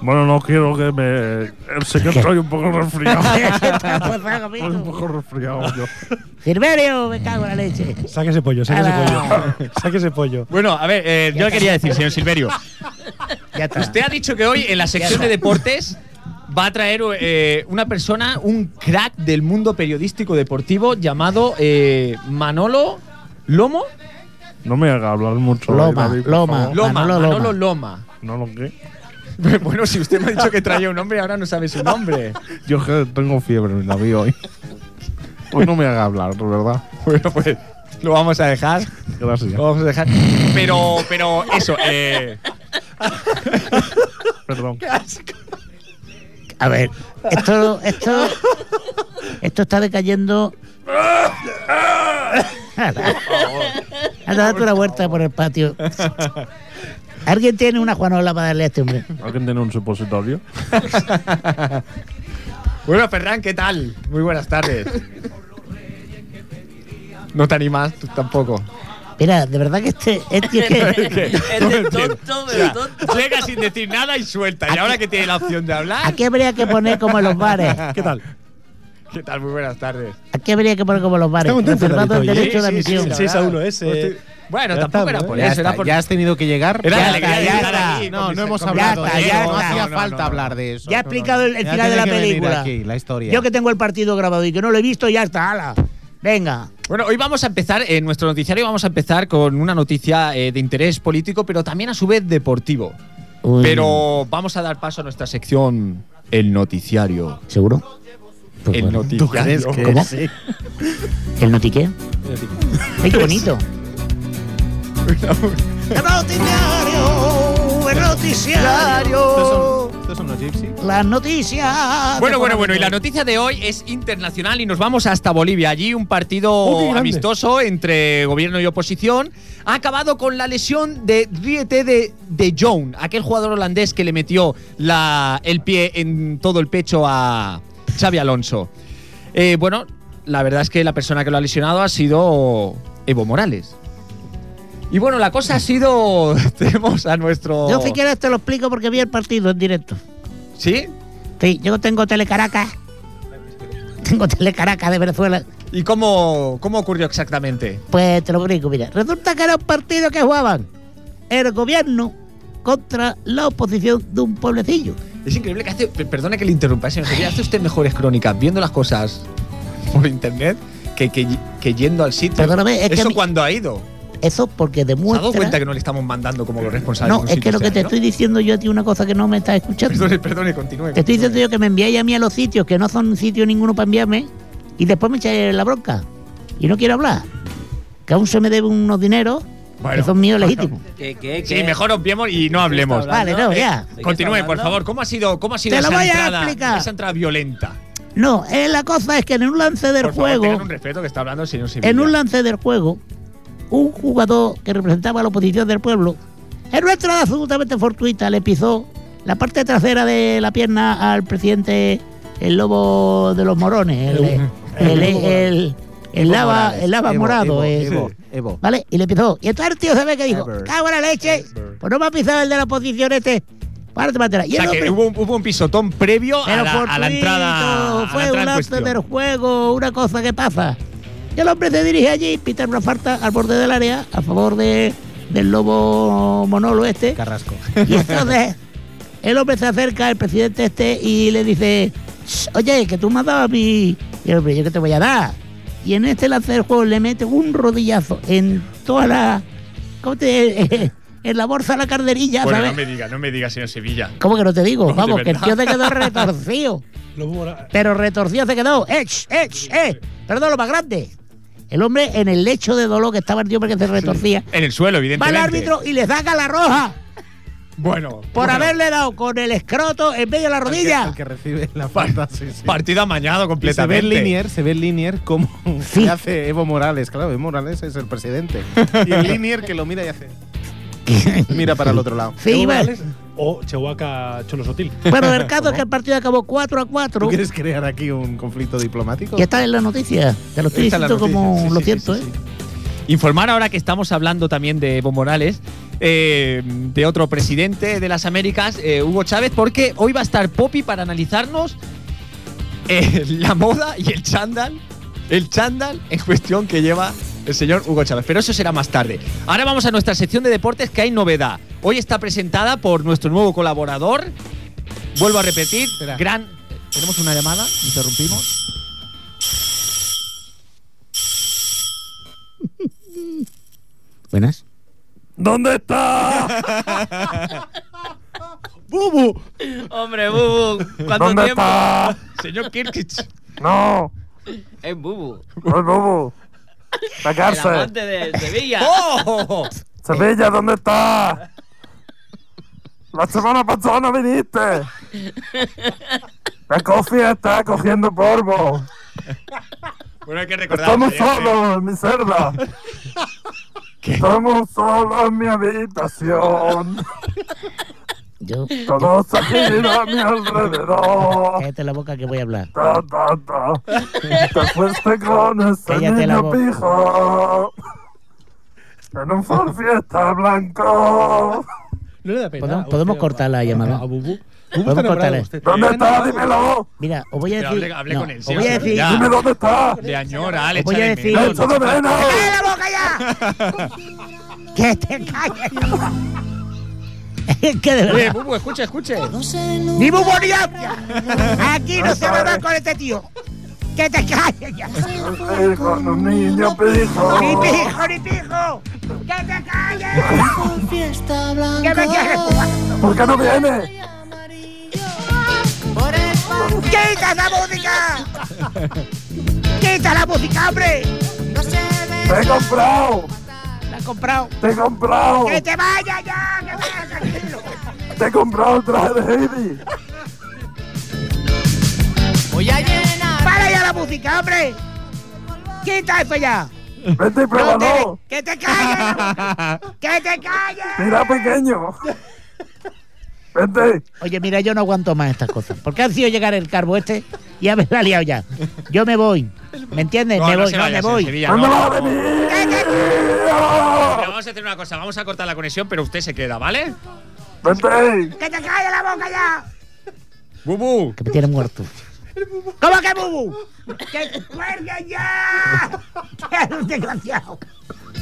[SPEAKER 5] Bueno, no quiero que me. Sé que estoy un poco resfriado.
[SPEAKER 2] Pues
[SPEAKER 5] Estoy un poco resfriado yo.
[SPEAKER 2] Silverio, me cago en la leche.
[SPEAKER 10] Sáquese pollo, sáquese
[SPEAKER 2] Ala.
[SPEAKER 10] pollo. Sáquese pollo.
[SPEAKER 1] Bueno, a ver, eh, yo quería decir, señor Silverio.
[SPEAKER 2] Ya está.
[SPEAKER 1] Usted ha dicho que hoy en la sección de deportes va a traer eh, una persona, un crack del mundo periodístico deportivo llamado eh, Manolo Lomo.
[SPEAKER 5] No me haga hablar mucho.
[SPEAKER 2] Loma,
[SPEAKER 5] David, por
[SPEAKER 2] Loma.
[SPEAKER 5] favor.
[SPEAKER 1] Loma,
[SPEAKER 2] Manolo Loma.
[SPEAKER 1] Manolo Loma.
[SPEAKER 5] No lo que.
[SPEAKER 1] Bueno, si usted me ha dicho que traía un nombre, ahora no sabe su nombre.
[SPEAKER 3] Yo que tengo fiebre, me la vi hoy. Hoy no me haga hablar, ¿verdad?
[SPEAKER 1] Bueno, pues lo vamos a dejar.
[SPEAKER 3] Gracias.
[SPEAKER 1] Lo vamos a dejar. Pero, pero, eso, eh.
[SPEAKER 5] Perdón.
[SPEAKER 2] A ver, esto, esto, esto está decayendo. Anda, Anda, date una vuelta por el patio. ¿Alguien tiene una juanola para darle a este hombre?
[SPEAKER 5] ¿Alguien tiene un supositorio?
[SPEAKER 1] Bueno, Ferran, ¿qué tal? Muy buenas tardes. No te animas, tú tampoco.
[SPEAKER 2] Mira, de verdad que este. este es que-
[SPEAKER 9] Es de tonto, pero tonto.
[SPEAKER 1] Llega sin decir nada y suelta. Y ahora que tiene la opción de hablar.
[SPEAKER 2] aquí habría que poner como en los bares.
[SPEAKER 10] ¿Qué tal?
[SPEAKER 1] ¿Qué tal? Muy buenas tardes.
[SPEAKER 2] Aquí habría que poner como en los bares.
[SPEAKER 10] Está contento
[SPEAKER 2] Reservado el
[SPEAKER 10] David hoy, ¿eh?
[SPEAKER 2] derecho de
[SPEAKER 1] Sí, sí, sí,
[SPEAKER 2] admisión.
[SPEAKER 1] la
[SPEAKER 10] Seis a
[SPEAKER 1] verdad.
[SPEAKER 10] uno, ese.
[SPEAKER 3] Pues
[SPEAKER 1] Estoy- Bueno,
[SPEAKER 10] Ya
[SPEAKER 1] tampoco
[SPEAKER 10] estamos,
[SPEAKER 1] era
[SPEAKER 10] ¿eh?
[SPEAKER 1] por
[SPEAKER 3] Ya,
[SPEAKER 1] eso, era
[SPEAKER 3] está,
[SPEAKER 1] por.
[SPEAKER 3] ya has tenido que llegar.
[SPEAKER 1] Era
[SPEAKER 2] Ya
[SPEAKER 1] la alegría
[SPEAKER 2] está,
[SPEAKER 1] de
[SPEAKER 2] ya
[SPEAKER 1] estar
[SPEAKER 2] está.
[SPEAKER 1] aquí,
[SPEAKER 3] No,
[SPEAKER 1] con
[SPEAKER 3] no
[SPEAKER 1] mis-
[SPEAKER 3] hemos
[SPEAKER 1] con-
[SPEAKER 3] hablado
[SPEAKER 2] está,
[SPEAKER 3] de
[SPEAKER 2] ya
[SPEAKER 3] eso. No
[SPEAKER 2] está.
[SPEAKER 3] hacía
[SPEAKER 1] No, no,
[SPEAKER 3] falta
[SPEAKER 1] no, no.
[SPEAKER 3] hablar de eso.
[SPEAKER 2] Ya ha
[SPEAKER 3] No, no,
[SPEAKER 2] explicado
[SPEAKER 3] no.
[SPEAKER 2] el- el
[SPEAKER 3] Ya
[SPEAKER 2] final de
[SPEAKER 3] tiene
[SPEAKER 2] la
[SPEAKER 3] que venir
[SPEAKER 2] película.
[SPEAKER 3] aquí, la historia.
[SPEAKER 2] Yo que tengo el partido grabado y que no lo he visto, ya está, ala. Venga.
[SPEAKER 1] Bueno, hoy vamos a empezar, en nuestro noticiario vamos a empezar con una noticia eh, de interés político, pero también a su vez deportivo.
[SPEAKER 2] Uy,
[SPEAKER 1] Pero vamos a dar paso a nuestra sección, el noticiario.
[SPEAKER 2] ¿Seguro? Pues
[SPEAKER 1] El
[SPEAKER 2] bueno.
[SPEAKER 1] noticiario.
[SPEAKER 2] ¿Cómo? ¿El notiqué? ¡Ay, qué bonito! ¡El noticiario! ¡El
[SPEAKER 3] ¿Estos
[SPEAKER 2] noticiario!
[SPEAKER 3] son, estos son los gypsy?
[SPEAKER 2] Las noticias.
[SPEAKER 1] Bueno, bueno, bueno, y la noticia de hoy es internacional y nos vamos hasta Bolivia. Allí un partido
[SPEAKER 10] qué grande.
[SPEAKER 1] amistoso entre gobierno y oposición ha acabado con la lesión de Riete de, de Jong, aquel jugador holandés que le metió la- el pie en todo el pecho a Xavi Alonso. Eh, bueno, la verdad es que la persona que lo ha lesionado ha sido Evo Morales. Y bueno, la cosa ha sido. Tenemos a nuestro.
[SPEAKER 2] Yo si quieres te lo explico porque vi el partido en directo.
[SPEAKER 1] ¿Sí?
[SPEAKER 2] Sí, yo tengo Telecaracas. Tengo Telecaracas de Venezuela.
[SPEAKER 1] ¿Y cómo, cómo ocurrió exactamente?
[SPEAKER 2] Pues te lo explico, mira. Resulta que era un partido que jugaban el gobierno contra la oposición de un pueblecillo.
[SPEAKER 1] Es increíble que hace. per- Perdona que le interrumpa, señor Sevilla, Hace usted mejores crónicas viendo las cosas por internet que, que, que yendo al sitio.
[SPEAKER 2] Perdóname, es que
[SPEAKER 1] Eso
[SPEAKER 2] mi-
[SPEAKER 1] cuando ha ido.
[SPEAKER 2] Eso porque
[SPEAKER 1] ¿Se ha dado cuenta
[SPEAKER 2] demuestra.
[SPEAKER 1] que no le estamos mandando como corresponsal?
[SPEAKER 2] No,
[SPEAKER 1] de un
[SPEAKER 2] es
[SPEAKER 1] sitio
[SPEAKER 2] que lo que
[SPEAKER 1] este
[SPEAKER 2] te
[SPEAKER 1] año,
[SPEAKER 2] estoy
[SPEAKER 1] ¿no?
[SPEAKER 2] diciendo yo a ti una cosa que no me estás escuchando.
[SPEAKER 1] Perdone, perdone, continúe.
[SPEAKER 2] Te estoy
[SPEAKER 1] continúe.
[SPEAKER 2] diciendo yo que me enviáis a mí a los sitios que no son sitio ninguno para enviarme y después me echáis la bronca. Y no quiero hablar. Que aún se me debe unos dineros
[SPEAKER 1] Bueno,
[SPEAKER 2] que son míos
[SPEAKER 1] bueno.
[SPEAKER 2] legítimos.
[SPEAKER 11] ¿Qué, qué, qué?
[SPEAKER 1] Sí, mejor obviemos y no hablemos.
[SPEAKER 11] Hablando,
[SPEAKER 2] Vale, no, ya.
[SPEAKER 11] ¿de qué
[SPEAKER 1] Continúe,
[SPEAKER 11] está
[SPEAKER 1] por
[SPEAKER 11] hablando?
[SPEAKER 1] favor. ¿Cómo ha sido, cómo ha sido
[SPEAKER 2] Te lo
[SPEAKER 1] esa,
[SPEAKER 2] voy a
[SPEAKER 1] entrada,
[SPEAKER 2] explicar.
[SPEAKER 1] esa entrada violenta?
[SPEAKER 2] No, eh, la cosa es que en un lance del
[SPEAKER 1] Por favor,
[SPEAKER 2] juego.
[SPEAKER 1] tengan un respeto que está hablando el señor Sevilla.
[SPEAKER 2] En un lance del juego, un jugador que representaba a la oposición del pueblo, en una entrada absolutamente fortuita, le pisó la parte trasera de la pierna al presidente, el lobo de los morones, el, el, el, el- el lava, el lava morado. eh,
[SPEAKER 5] Evo, Evo.
[SPEAKER 2] ¿Vale? Y le pisó. Y entonces el tío sabe que dijo,
[SPEAKER 5] Ever.
[SPEAKER 2] cago en la leche, pues no me ha pisado el de la oposición este. Párate para atrás. Y el
[SPEAKER 1] O sea, que
[SPEAKER 2] hombre-
[SPEAKER 1] hubo un, hubo un pisotón previo a
[SPEAKER 2] pero
[SPEAKER 1] la,
[SPEAKER 2] por
[SPEAKER 1] a la entrada. a la
[SPEAKER 2] fue
[SPEAKER 1] entrada en
[SPEAKER 2] un lance
[SPEAKER 1] cuestión.
[SPEAKER 2] del juego, una cosa que pasa. Y el hombre se dirige allí, pita una falta al borde del área, a favor de, del lobo monolo este.
[SPEAKER 5] Carrasco.
[SPEAKER 2] Y entonces el hombre se acerca, el presidente este, y le dice, "Shh, oye, que tú me has dado a mí. Y el hombre, yo que te voy a dar. Y en este lance del juego le mete un rodillazo en toda la... ¿Cómo te...? En la bolsa, la carderilla,
[SPEAKER 1] Bueno,
[SPEAKER 2] ¿sabes?
[SPEAKER 1] no me diga, no me diga, señor Sevilla.
[SPEAKER 2] ¿Cómo que no te digo?
[SPEAKER 1] No, de
[SPEAKER 2] Vamos, que el
[SPEAKER 1] verdad.
[SPEAKER 2] tío se quedó retorcido. Pero retorcido se quedó. ¡Ech, ech, eh! Perdón, lo más grande. El hombre en el lecho de dolor que estaba el tío porque se retorcía.
[SPEAKER 1] En el suelo,
[SPEAKER 2] Va el
[SPEAKER 1] evidentemente.
[SPEAKER 2] árbitro y le saca la roja
[SPEAKER 1] Bueno.
[SPEAKER 2] por
[SPEAKER 1] bueno,
[SPEAKER 2] haberle dado con el escroto en medio de la
[SPEAKER 5] Al que,
[SPEAKER 2] rodilla.
[SPEAKER 5] al que recibe la falta, sí, sí.
[SPEAKER 1] Partido amañado
[SPEAKER 5] Y se ve
[SPEAKER 1] completamente.
[SPEAKER 5] en Linier, se ve en Linier como
[SPEAKER 2] Sí.
[SPEAKER 5] que hace Evo Morales. Claro, Evo Morales es el presidente. Y el Linier que lo mira y hace. Mira para el otro lado.
[SPEAKER 2] Sí, iba.
[SPEAKER 12] O Chehuaca Cholosotil.
[SPEAKER 2] Bueno, el caso es que el partido acabó 4 a 4.
[SPEAKER 5] ¿Tú quieres crear aquí un conflicto diplomático?
[SPEAKER 2] Y está en la noticia. Te lo estoy
[SPEAKER 5] Está la
[SPEAKER 2] diciendo
[SPEAKER 5] noticia.
[SPEAKER 2] como
[SPEAKER 5] Sí,
[SPEAKER 2] lo
[SPEAKER 5] sí,
[SPEAKER 2] siento,
[SPEAKER 5] sí, sí,
[SPEAKER 2] ¿eh?
[SPEAKER 5] sí.
[SPEAKER 1] Informar ahora que estamos hablando también de Evo Morales, eh, de otro presidente de las Américas, eh, Hugo Chávez, porque hoy va a estar Poppy para analizarnos eh, la moda y el chándal, el chándal en cuestión que lleva el señor Hugo Chávez. Pero eso será más tarde. Ahora vamos a nuestra sección de deportes que hay novedad. Hoy está presentada por nuestro nuevo colaborador. Vuelvo a repetir, gran. Tenemos una llamada, interrumpimos.
[SPEAKER 2] Buenas.
[SPEAKER 9] ¿Dónde está?
[SPEAKER 1] ¡Bubu!
[SPEAKER 11] Hombre, Bubu, ¿cuánto
[SPEAKER 9] ¿Dónde
[SPEAKER 11] tiempo?
[SPEAKER 9] está?
[SPEAKER 1] Señor Kirkich.
[SPEAKER 9] No,
[SPEAKER 11] Es Eh, Bubu,
[SPEAKER 9] no es Bubu. La
[SPEAKER 11] el
[SPEAKER 9] cárcel.
[SPEAKER 11] amante de Sevilla.
[SPEAKER 1] ¡Oh!
[SPEAKER 9] Sevilla, ¿dónde está? La semana pasada no viniste. La cofia está cogiendo polvo.
[SPEAKER 1] Bueno, hay que recordar.
[SPEAKER 9] Estamos
[SPEAKER 1] señor, que-
[SPEAKER 9] solos en mi celda. Estamos solos en mi habitación.
[SPEAKER 2] Yo.
[SPEAKER 9] Todos aquí a mi alrededor.
[SPEAKER 2] Cállate la boca que voy a hablar.
[SPEAKER 9] Ta, ta, ta. Te fuiste con ese
[SPEAKER 2] Cállate la
[SPEAKER 9] niño
[SPEAKER 2] boca.
[SPEAKER 9] pijo. En un Ford Fiesta blanco.
[SPEAKER 12] No le da pena.
[SPEAKER 2] Podemos-
[SPEAKER 12] a
[SPEAKER 2] podemos
[SPEAKER 12] usted,
[SPEAKER 2] cortar la
[SPEAKER 12] a-
[SPEAKER 2] llamada.
[SPEAKER 12] A Bubu.
[SPEAKER 2] Podemos cortarle.
[SPEAKER 9] ¿Dónde está? Dímelo.
[SPEAKER 2] Mira, os voy a
[SPEAKER 1] Pero
[SPEAKER 2] decir.
[SPEAKER 1] hable- hable
[SPEAKER 2] no,
[SPEAKER 1] con él,
[SPEAKER 2] os
[SPEAKER 1] sí,
[SPEAKER 2] voy a
[SPEAKER 1] o sea,
[SPEAKER 2] decir.
[SPEAKER 1] ya.
[SPEAKER 9] Dime dónde está.
[SPEAKER 1] Le añora, le
[SPEAKER 2] Voy
[SPEAKER 1] echa
[SPEAKER 2] a
[SPEAKER 1] de
[SPEAKER 2] decir-
[SPEAKER 9] ¡Le
[SPEAKER 1] menos.
[SPEAKER 9] echo de menos!
[SPEAKER 2] ¡Cállate la boca ya! ¡Que te calles! Es que de
[SPEAKER 1] Oye,
[SPEAKER 2] verdad.
[SPEAKER 1] Bubu, escuche, escuche.
[SPEAKER 2] ¡Ni bubo ni hostia! Aquí no se va a hablar con este tío. ¡Que te calles ya!
[SPEAKER 9] Estoy con un niño pijo.
[SPEAKER 2] ¡Ni pijo, ni pijo! ¡Que te calles! ¡Que me quieres!
[SPEAKER 9] ¿Por qué no viene?
[SPEAKER 2] ¡Quita la música! ¡Quita la música, hombre!
[SPEAKER 9] ¡Te he comprado!
[SPEAKER 2] La has comprado.
[SPEAKER 9] ¡Te he comprado!
[SPEAKER 2] ¡Que te vaya ya! ¡Que vaya tranquilo!
[SPEAKER 9] ¡Te he comprado el traje de Heidi!
[SPEAKER 2] ¡Para ya la música, hombre! ¡Quita eso ya!
[SPEAKER 9] ¡Vete y
[SPEAKER 2] No te-
[SPEAKER 9] pruébalo!
[SPEAKER 2] ¡Que te calles! ¡Que te calles!
[SPEAKER 9] ¡Mira, pequeño! ¡Vete!
[SPEAKER 2] Oye, mira, yo no aguanto más estas cosas. Porque han sido llegar el carbo este y haberla liado ya. Yo me voy. ¿Me entiendes? me voy,
[SPEAKER 1] se
[SPEAKER 2] no,
[SPEAKER 1] vaya,
[SPEAKER 2] me
[SPEAKER 1] señor
[SPEAKER 2] voy.
[SPEAKER 1] Sevilla,
[SPEAKER 9] ¿Dónde
[SPEAKER 1] no.
[SPEAKER 9] vas a venir? eh!
[SPEAKER 1] Pero vamos a hacer una cosa, vamos a cortar la conexión, pero usted se queda, ¿vale?
[SPEAKER 9] ¡Vete!
[SPEAKER 2] ¡Que te calle la boca ya!
[SPEAKER 1] Bubu.
[SPEAKER 2] Que me tienen muerto. ¿Cómo que bubu? ¡Que cuelga ya! ¡Que un desgraciado!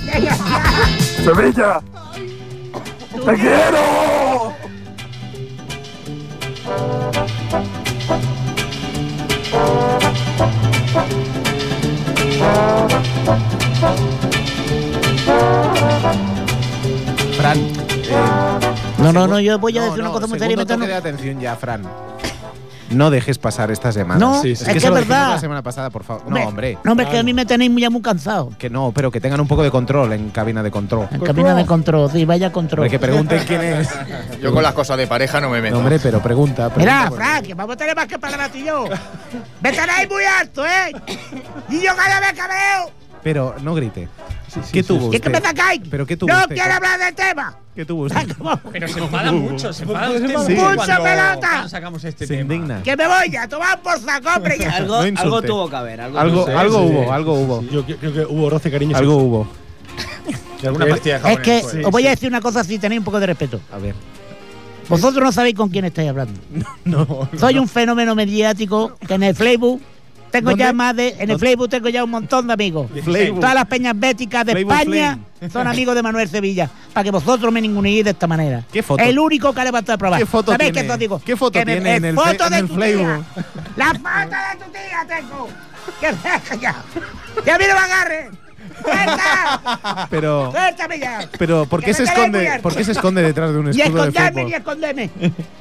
[SPEAKER 2] ¡Desgraciado!
[SPEAKER 9] ¡Sevilla! ¡Te quiero!
[SPEAKER 2] No, no, no, yo voy a decir
[SPEAKER 5] eh, No,
[SPEAKER 2] una
[SPEAKER 5] no,
[SPEAKER 2] cosa muy
[SPEAKER 5] segundo
[SPEAKER 2] seria. Beto,
[SPEAKER 5] toque
[SPEAKER 2] no-
[SPEAKER 5] de atención ya, Fran. No dejes pasar estas semanas.
[SPEAKER 2] No,
[SPEAKER 8] Sí,
[SPEAKER 2] es
[SPEAKER 8] sí.
[SPEAKER 2] que
[SPEAKER 5] se
[SPEAKER 2] es
[SPEAKER 5] lo dijimos
[SPEAKER 2] verdad.
[SPEAKER 5] La semana pasada, por favor. No,
[SPEAKER 2] Hombre,
[SPEAKER 5] hombre.
[SPEAKER 2] No, hombre, es que a mí me tenéis ya muy cansado.
[SPEAKER 5] Que no, pero que tengan un poco de control en cabina de control.
[SPEAKER 2] En camino de control, sí, vaya control.
[SPEAKER 5] Hombre, que pregunten quién es.
[SPEAKER 13] Yo con las cosas de pareja no me
[SPEAKER 5] No,
[SPEAKER 13] meto.
[SPEAKER 5] hombre, pero pregunta. pregunta
[SPEAKER 2] Mira,
[SPEAKER 5] por-
[SPEAKER 2] Frank, que vamos a tener más que palabras tú y yo. Me tenéis muy alto, ¿eh? Y yo cada vez que veo,
[SPEAKER 5] Pero no grite. ¿Qué tuvo
[SPEAKER 2] y es que me
[SPEAKER 5] usted?
[SPEAKER 2] sacáis.
[SPEAKER 5] ¿Pero qué tuvo
[SPEAKER 2] No
[SPEAKER 5] usted?
[SPEAKER 2] quiero hablar del tema.
[SPEAKER 5] ¿Qué tuvo usted?
[SPEAKER 1] Pero se enfada mucho, se enfada usted
[SPEAKER 2] Sí.
[SPEAKER 1] mucho
[SPEAKER 2] Mucha
[SPEAKER 1] cuando-
[SPEAKER 2] pelota.
[SPEAKER 1] cuando sacamos este
[SPEAKER 5] Se
[SPEAKER 1] tema.
[SPEAKER 5] indigna.
[SPEAKER 2] Que me voy a tomar por saco, hombre. ya.
[SPEAKER 6] Algo,
[SPEAKER 5] No insulte.
[SPEAKER 6] algo tuvo que haber. Algo,
[SPEAKER 5] Algo,
[SPEAKER 6] tuvo que haber.
[SPEAKER 5] algo
[SPEAKER 8] sí,
[SPEAKER 5] hubo,
[SPEAKER 8] sí,
[SPEAKER 5] algo hubo.
[SPEAKER 8] Yo creo- creo que hubo roce, cariño.
[SPEAKER 5] Algo hubo. Eh,
[SPEAKER 13] Y alguna pastilla de
[SPEAKER 2] Es
[SPEAKER 13] jabón en
[SPEAKER 2] que
[SPEAKER 13] el
[SPEAKER 5] pues.
[SPEAKER 13] suelo.
[SPEAKER 2] os voy a decir una cosa si tenéis un poco de respeto.
[SPEAKER 5] A ver.
[SPEAKER 2] Vosotros no sabéis con quién estáis hablando.
[SPEAKER 5] No.
[SPEAKER 2] Soy un fenómeno mediático que en el Facebook tengo
[SPEAKER 5] ¿Dónde?
[SPEAKER 2] ya más de. En el
[SPEAKER 5] ¿Dónde?
[SPEAKER 2] Facebook tengo ya un montón de amigos.
[SPEAKER 5] Facebook.
[SPEAKER 2] Todas las peñas béticas de
[SPEAKER 5] Facebook
[SPEAKER 2] España son amigos de Manuel Sevilla. Para que vosotros me ninguneéis de esta manera.
[SPEAKER 5] ¿Qué foto?
[SPEAKER 2] El único que ha levantado el programa.
[SPEAKER 5] ¿Qué foto
[SPEAKER 2] ¿Sabéis
[SPEAKER 5] tiene?
[SPEAKER 2] qué os digo?
[SPEAKER 5] ¿Qué foto
[SPEAKER 2] Que me-
[SPEAKER 5] tiene en el fe-
[SPEAKER 2] foto
[SPEAKER 5] en
[SPEAKER 2] de
[SPEAKER 5] el
[SPEAKER 2] tu
[SPEAKER 5] Facebook?
[SPEAKER 2] tía. La foto de tu tía tengo. Que me- ya. Ya mire, me agarre. ¡Suelta!
[SPEAKER 5] Pero,
[SPEAKER 2] ¡Suéltame ya!
[SPEAKER 5] pero ¿por
[SPEAKER 2] Que
[SPEAKER 5] qué
[SPEAKER 2] me
[SPEAKER 5] se
[SPEAKER 2] queréis muy
[SPEAKER 5] esconde?
[SPEAKER 2] harto.
[SPEAKER 5] ¿Por qué se esconde detrás de un
[SPEAKER 2] Ni
[SPEAKER 5] escudo de
[SPEAKER 2] esconderme, ni
[SPEAKER 5] fútbol?
[SPEAKER 2] esconderme.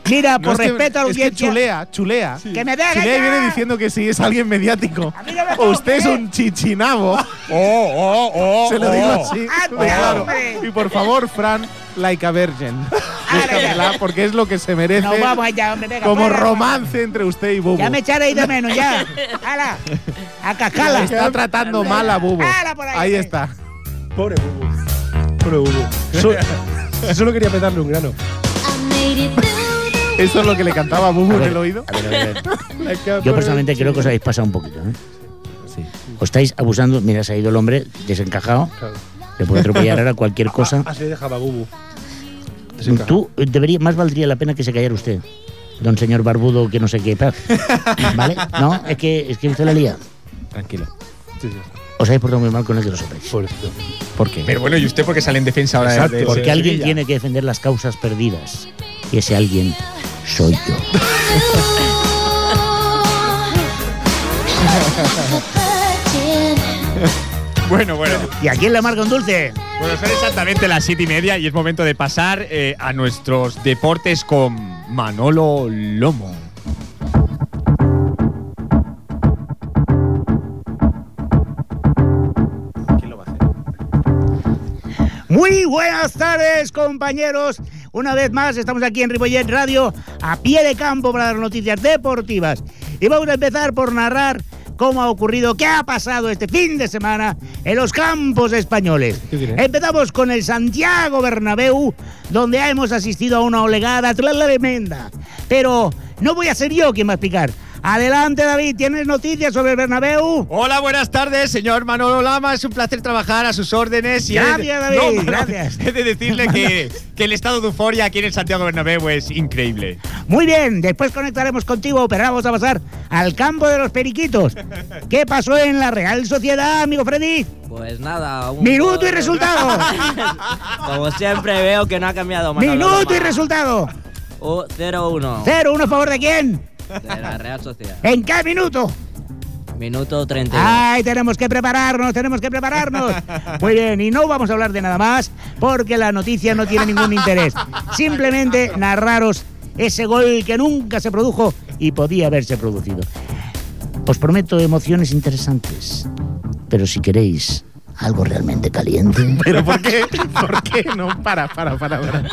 [SPEAKER 2] Mira,
[SPEAKER 5] No,
[SPEAKER 2] por
[SPEAKER 5] es que-
[SPEAKER 2] respeto a la
[SPEAKER 5] es que
[SPEAKER 2] audiencia.
[SPEAKER 5] chulea, chulea.
[SPEAKER 2] Que me deje
[SPEAKER 5] Chulea y
[SPEAKER 2] ya.
[SPEAKER 5] viene diciendo que sí, es alguien mediático.
[SPEAKER 2] A mí no me
[SPEAKER 5] O usted es
[SPEAKER 2] toque.
[SPEAKER 5] un chichinabo.
[SPEAKER 13] Oh, oh, oh.
[SPEAKER 5] Se lo
[SPEAKER 13] oh.
[SPEAKER 5] digo así.
[SPEAKER 2] ¡Anda,
[SPEAKER 5] de claro.
[SPEAKER 2] Ah, hombre!
[SPEAKER 5] Y por favor, Fran, like a virgin.
[SPEAKER 2] Ah,
[SPEAKER 5] Búscamela, porque es lo que se merece.
[SPEAKER 2] No, vamos allá, hombre, venga.
[SPEAKER 5] como
[SPEAKER 2] fuera.
[SPEAKER 5] romance entre usted y Bubu.
[SPEAKER 2] Ya me echaréis de menos, ya. ¡Hala! ¡A
[SPEAKER 5] La
[SPEAKER 2] cascarla!
[SPEAKER 5] está tratando mal a Bubu.
[SPEAKER 2] Ala por ahí.
[SPEAKER 5] Ahí está.
[SPEAKER 8] Pobre Bubu. Pobre Bubu. Solo, solo quería petarle un grano.
[SPEAKER 5] Eso es lo que le cantaba a Bubu
[SPEAKER 2] A
[SPEAKER 5] en
[SPEAKER 2] ver.
[SPEAKER 5] el oído.
[SPEAKER 2] A ver, a ver, a ver. Yo personalmente creo que os habéis pasado un poquito, ¿eh? Os estáis abusando. Mira, se ha ido el hombre desencajado.
[SPEAKER 8] Claro.
[SPEAKER 2] Le puede atropellar ahora cualquier
[SPEAKER 1] Ah,
[SPEAKER 2] cosa.
[SPEAKER 8] Así dejaba a Bubu.
[SPEAKER 2] Tú eh, debería, más valdría la pena que se callara usted. Don señor barbudo que no sé qué. tal. ¿Vale? No, es que, es que usted la lía.
[SPEAKER 5] Tranquilo.
[SPEAKER 2] Os habéis portado muy mal con el que lo sopréis.
[SPEAKER 5] ¿Por qué?
[SPEAKER 1] Pero bueno, ¿y usted por qué sale en defensa ahora de- de
[SPEAKER 2] Porque
[SPEAKER 1] de
[SPEAKER 2] alguien
[SPEAKER 1] Sevilla?
[SPEAKER 2] tiene que defender las causas perdidas. Y ese alguien soy yo.
[SPEAKER 1] Bueno, bueno.
[SPEAKER 2] ¿Y a quién le marca un dulce?
[SPEAKER 1] Bueno, son exactamente las siete y media y es momento de pasar eh, a nuestros deportes con Manolo Lomo.
[SPEAKER 2] Muy buenas tardes, compañeros. Una vez más, estamos aquí en Ripollet Radio, a pie de campo para las noticias deportivas. Y vamos a empezar por narrar cómo ha ocurrido, qué ha pasado este fin de semana en los campos españoles. Empezamos con el Santiago Bernabéu, donde hemos asistido a una olegada tremenda. Pero no voy a ser yo quien va a explicar. Adelante, David, ¿tienes noticias sobre el Bernabéu?
[SPEAKER 1] Hola, buenas tardes, señor Manolo Lama. Es un placer trabajar a sus órdenes. y
[SPEAKER 2] Gracias,
[SPEAKER 1] he de-
[SPEAKER 2] David,
[SPEAKER 1] Manolo,
[SPEAKER 2] gracias.
[SPEAKER 1] He de decirle que, que el estado de euforia aquí en el Santiago Bernabéu es increíble.
[SPEAKER 2] Muy bien, después conectaremos contigo, pero ahora vamos a pasar al campo de los periquitos. ¿Qué pasó en la Real Sociedad, amigo Freddy?
[SPEAKER 6] Pues nada. un-
[SPEAKER 2] Minuto y resultado.
[SPEAKER 6] Como siempre veo que no ha cambiado Manolo
[SPEAKER 2] Minuto y
[SPEAKER 6] Lama.
[SPEAKER 2] resultado.
[SPEAKER 6] Oh, 0-1
[SPEAKER 2] Cero, uno a favor de quién.
[SPEAKER 6] de la Real Sociedad.
[SPEAKER 2] ¿En qué minuto?
[SPEAKER 6] Minuto 30.
[SPEAKER 2] Ay, tenemos que prepararnos, tenemos que prepararnos. Muy bien, y no vamos a hablar de nada más porque la noticia no tiene ningún interés. Simplemente narraros ese gol que nunca se produjo y podía haberse producido. Os prometo emociones interesantes, pero si queréis algo realmente caliente.
[SPEAKER 5] ¿Pero por qué? ¿Por qué? No, para, para, para. para.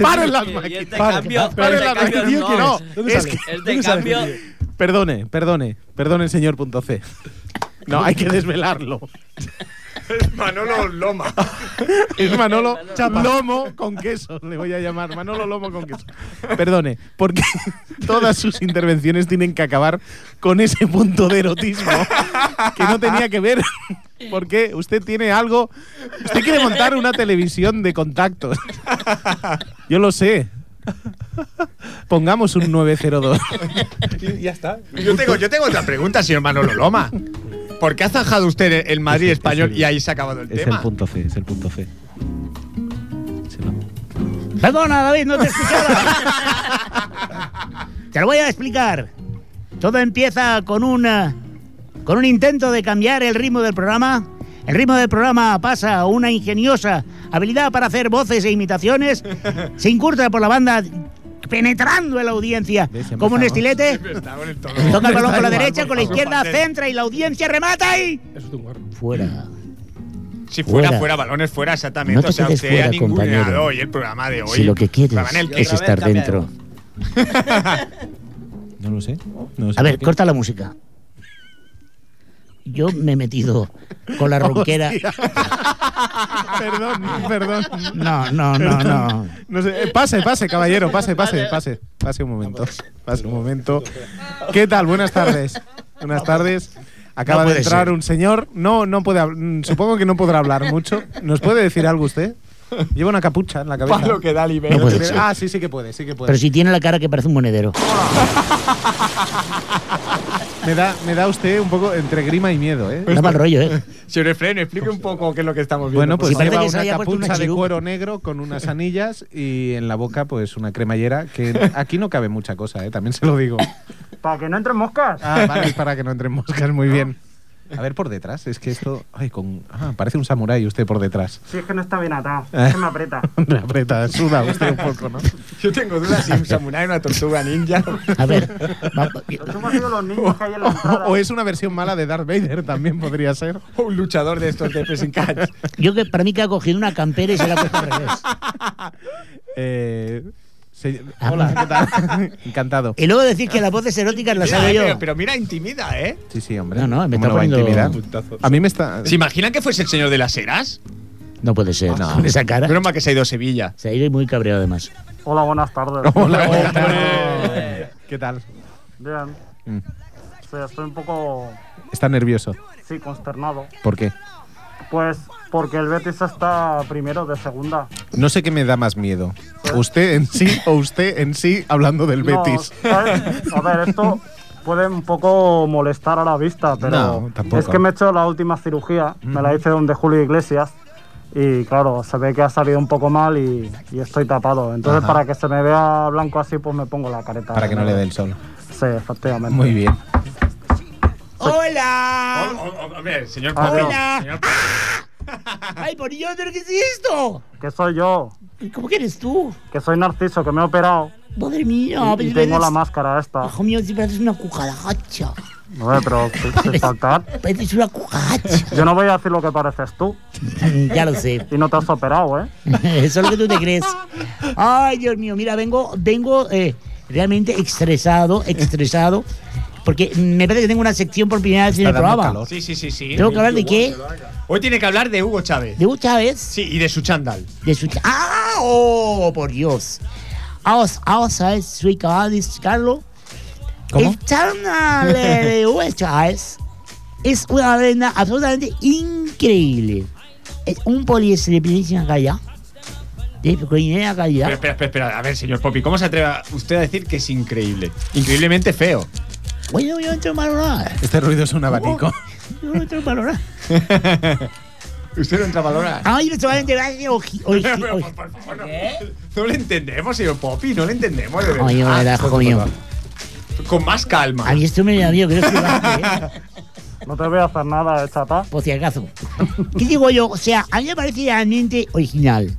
[SPEAKER 5] Paren las
[SPEAKER 6] Y este
[SPEAKER 5] máquinas.
[SPEAKER 6] cambio,
[SPEAKER 5] Paren
[SPEAKER 6] este
[SPEAKER 5] las
[SPEAKER 6] cambio
[SPEAKER 5] máquinas.
[SPEAKER 6] no.
[SPEAKER 5] No,
[SPEAKER 8] ¿Dónde
[SPEAKER 5] es
[SPEAKER 8] sale?
[SPEAKER 5] que-
[SPEAKER 6] Este
[SPEAKER 8] ¿Dónde sale
[SPEAKER 6] cambio.
[SPEAKER 8] este
[SPEAKER 5] Perdone, perdone. Perdone, señor punto C. No, hay que desvelarlo.
[SPEAKER 13] Manolo Loma.
[SPEAKER 5] Es Manolo Lomo con queso, le voy a llamar. Manolo Lomo con queso. Perdone, porque todas sus intervenciones tienen que acabar con ese punto de erotismo que no tenía que ver. Porque usted tiene algo. Usted quiere montar una televisión de contactos. Yo lo sé. Pongamos un 902.
[SPEAKER 8] Y ya está.
[SPEAKER 13] Yo tengo, yo tengo otra pregunta, señor Manolo Loma. ¿Por qué ha zanjado usted el Madrid
[SPEAKER 5] Es el-
[SPEAKER 13] español
[SPEAKER 5] es el-
[SPEAKER 13] y ahí se ha acabado el
[SPEAKER 5] Es el
[SPEAKER 13] tema?
[SPEAKER 5] punto C, es el punto C.
[SPEAKER 2] Perdona, David, no te he escuchado. te lo voy a explicar. eh, Todo empieza con una con un intento de cambiar el ritmo del programa El ritmo del programa pasa a una ingeniosa habilidad para hacer voces e imitaciones. Se incurta por la banda penetrando en la audiencia
[SPEAKER 5] ¿Ves?
[SPEAKER 2] como un
[SPEAKER 5] Empezamos.
[SPEAKER 2] estilete. Toca el balón con la derecha, con la izquierda,
[SPEAKER 1] Pastel.
[SPEAKER 2] centra y la audiencia remata y...
[SPEAKER 10] Eso es un guarro.
[SPEAKER 2] Fuera.
[SPEAKER 1] Si fuera,
[SPEAKER 2] Fuera.
[SPEAKER 1] fuera, balones fuera, exactamente.
[SPEAKER 2] No te
[SPEAKER 1] o sea,
[SPEAKER 2] quedes
[SPEAKER 1] usted
[SPEAKER 2] fuera,
[SPEAKER 1] ha ninguneado
[SPEAKER 2] compañero.
[SPEAKER 1] hoy el programa de hoy.
[SPEAKER 2] Si lo que quieres
[SPEAKER 1] Programa en el que
[SPEAKER 2] es
[SPEAKER 14] otra vez cambia
[SPEAKER 2] estar
[SPEAKER 14] de
[SPEAKER 2] dentro.
[SPEAKER 5] No lo sé. no lo sé
[SPEAKER 2] A ver,
[SPEAKER 5] por qué.
[SPEAKER 2] corta la música. Yo me he metido con la ronquera.
[SPEAKER 5] Perdón, perdón.
[SPEAKER 2] No, no, no, no.
[SPEAKER 5] No sé. Eh, Pase, pase, caballero, pase, pase, pase. Pase un momento.
[SPEAKER 2] pues,
[SPEAKER 5] Pase un momento. ¿Qué tal? Buenas tardes. Buenas tardes. Acaba
[SPEAKER 2] No
[SPEAKER 5] de
[SPEAKER 2] puede
[SPEAKER 5] entrar
[SPEAKER 2] ser.
[SPEAKER 5] un señor. No, no puede. hab- mm, Supongo que no podrá hablar mucho. ¿Nos puede decir algo usted? Lleva una capucha en la cabeza.
[SPEAKER 1] Palo que da
[SPEAKER 2] No puede ser.
[SPEAKER 5] ah, sí, sí que puede, sí que puede.
[SPEAKER 2] Pero si tiene la cara que parece un monedero.
[SPEAKER 5] Me da, me da usted un poco entre grima y miedo, ¿eh?
[SPEAKER 2] Da mal rollo, ¿eh?
[SPEAKER 1] Señor Efraín, explique un poco qué es lo que estamos
[SPEAKER 5] Bueno,
[SPEAKER 1] viendo.
[SPEAKER 5] pues
[SPEAKER 2] Si parece
[SPEAKER 5] lleva
[SPEAKER 2] que se
[SPEAKER 5] una
[SPEAKER 2] haya puesto una
[SPEAKER 5] capucha de
[SPEAKER 2] chiruca.
[SPEAKER 5] cuero negro con unas anillas y en la boca, pues una cremallera, que aquí no cabe mucha cosa, ¿eh? también se lo digo.
[SPEAKER 10] Para que no entren moscas.
[SPEAKER 5] Ah, vale, es para que no entren moscas, muy bien. A ver por detrás, es que esto. Ay, con. Ah, parece un samurái usted por detrás.
[SPEAKER 10] Si es que no está bien atado.
[SPEAKER 5] Ah.
[SPEAKER 10] Se me aprieta.
[SPEAKER 5] Me aprieta, suda usted un poco, ¿no?
[SPEAKER 1] yo tengo dudas si un samurái, una tortuga ninja.
[SPEAKER 2] A ver. va-
[SPEAKER 10] Los chungos han sido los niños que hay en la entrada.
[SPEAKER 5] O es una versión mala de Darth Vader, también podría ser.
[SPEAKER 1] o un luchador de estos de pressing catch.
[SPEAKER 2] yo que para mí que ha cogido una campera y se la ha puesto al revés.
[SPEAKER 5] Eh, se- Hola, ¿qué tal? Encantado.
[SPEAKER 2] Ah. Y luego decir que las voces eróticas las hago
[SPEAKER 1] Mira,
[SPEAKER 2] yo.
[SPEAKER 1] pero, pero mira, intimida, ¿eh?
[SPEAKER 5] Sí, sí, hombre.
[SPEAKER 2] No, no, me
[SPEAKER 5] ¿Cómo
[SPEAKER 2] está
[SPEAKER 5] va a
[SPEAKER 2] poniendo-
[SPEAKER 5] intimidar?
[SPEAKER 10] Puntazo.
[SPEAKER 5] A mí me está.
[SPEAKER 1] ¿Se imaginan que fuese el señor de las eras?
[SPEAKER 2] No puede ser. Con esa cara.
[SPEAKER 1] Broma que se ha ido a Sevilla.
[SPEAKER 2] Se ha ido muy cabreado además.
[SPEAKER 10] Hola, buenas tardes.
[SPEAKER 5] Hola,
[SPEAKER 1] Hombre.
[SPEAKER 5] ¿qué tal? ¿Qué tal?
[SPEAKER 10] Bien.
[SPEAKER 5] Mm.
[SPEAKER 10] Sí, estoy un poco,
[SPEAKER 5] Está nervioso.
[SPEAKER 10] sí, consternado.
[SPEAKER 5] ¿Por qué?
[SPEAKER 10] Pues porque el Betis está primero de segunda.
[SPEAKER 5] No sé qué me da más miedo. ¿Usted en sí o usted en sí hablando del
[SPEAKER 10] No,
[SPEAKER 5] Betis?
[SPEAKER 10] ¿sabes? A ver, esto puede un poco molestar a la vista, pero
[SPEAKER 5] No, tampoco.
[SPEAKER 10] es que me he hecho la última cirugía, me la hice donde Julio Iglesias y claro, se ve que ha salido un poco mal y, y estoy tapado. Entonces,
[SPEAKER 5] Ajá.
[SPEAKER 10] para que se me vea blanco así, pues me pongo la careta.
[SPEAKER 5] Para que no le dé el sol.
[SPEAKER 10] Sí, efectivamente.
[SPEAKER 5] Muy bien. Ah,
[SPEAKER 2] ¡Hola!
[SPEAKER 1] Hombre, señor
[SPEAKER 10] Ah,
[SPEAKER 1] Pablo.
[SPEAKER 10] no.
[SPEAKER 1] señor-
[SPEAKER 2] ¡Ay, por Dios, pero qué es esto!
[SPEAKER 10] Que soy yo,
[SPEAKER 2] ¿Cómo que eres tú?
[SPEAKER 10] que soy Narciso, que me he operado
[SPEAKER 2] Madre mía,
[SPEAKER 10] y, y
[SPEAKER 2] pero
[SPEAKER 10] tengo la
[SPEAKER 2] eres-
[SPEAKER 10] máscara esta.
[SPEAKER 2] Hijo mío, si pareces una cucaracha.
[SPEAKER 10] No sé, pero ¿qué- qué faltar.
[SPEAKER 2] Pareces una cucaracha.
[SPEAKER 10] Yo no voy a decir lo que pareces tú
[SPEAKER 2] ya lo sé.
[SPEAKER 10] y no te has operado, ¿eh?
[SPEAKER 2] Eso es lo que tú te crees. Ay, Dios mío, mira, vengo, vengo eh, realmente estresado, estresado, porque me parece que tengo una sección por primera vez en el
[SPEAKER 5] Está dando
[SPEAKER 2] programa.
[SPEAKER 5] calor.
[SPEAKER 1] Sí, sí, sí, sí.
[SPEAKER 2] Tengo que hablar de qué?
[SPEAKER 1] Hoy tiene que hablar de Hugo Chávez.
[SPEAKER 2] De Hugo Chávez,
[SPEAKER 1] Sí, y de su chándal.
[SPEAKER 2] de su... ¡Ah! ¡Oh, por Dios! Vamos, vamos a ver, soy Carlos, Carlos.
[SPEAKER 5] ¿Cómo?
[SPEAKER 2] El canal de Hugo Chávez es una arena absolutamente increíble. Es un poliéster de primerísima calidad. De primera calidad.
[SPEAKER 1] Pero, espera, espera, espera. A ver, señor Poppy, ¿cómo se atreve a- usted a decir que es increíble? Increíblemente feo.
[SPEAKER 2] Bueno, yo no entro en valorar.
[SPEAKER 5] Este ruido es un abanico.
[SPEAKER 2] Yo no entro en valorar.
[SPEAKER 1] Usted no entra a valorar.
[SPEAKER 2] Ay, no se van a enterar de oji- oji-
[SPEAKER 1] Pero,
[SPEAKER 2] oji-
[SPEAKER 1] por- por favor, no, no le entendemos, señor Poppy, no le entendemos. de
[SPEAKER 2] Ay,
[SPEAKER 1] verdad.
[SPEAKER 2] hola, hijo mío.
[SPEAKER 1] Con más calma.
[SPEAKER 2] A mí esto me da miedo, creo que va, ¿eh?
[SPEAKER 10] No te voy a hacer nada, eh, chata.
[SPEAKER 2] Por si acaso. ¿Qué digo yo? O sea, a mí me parece realmente original.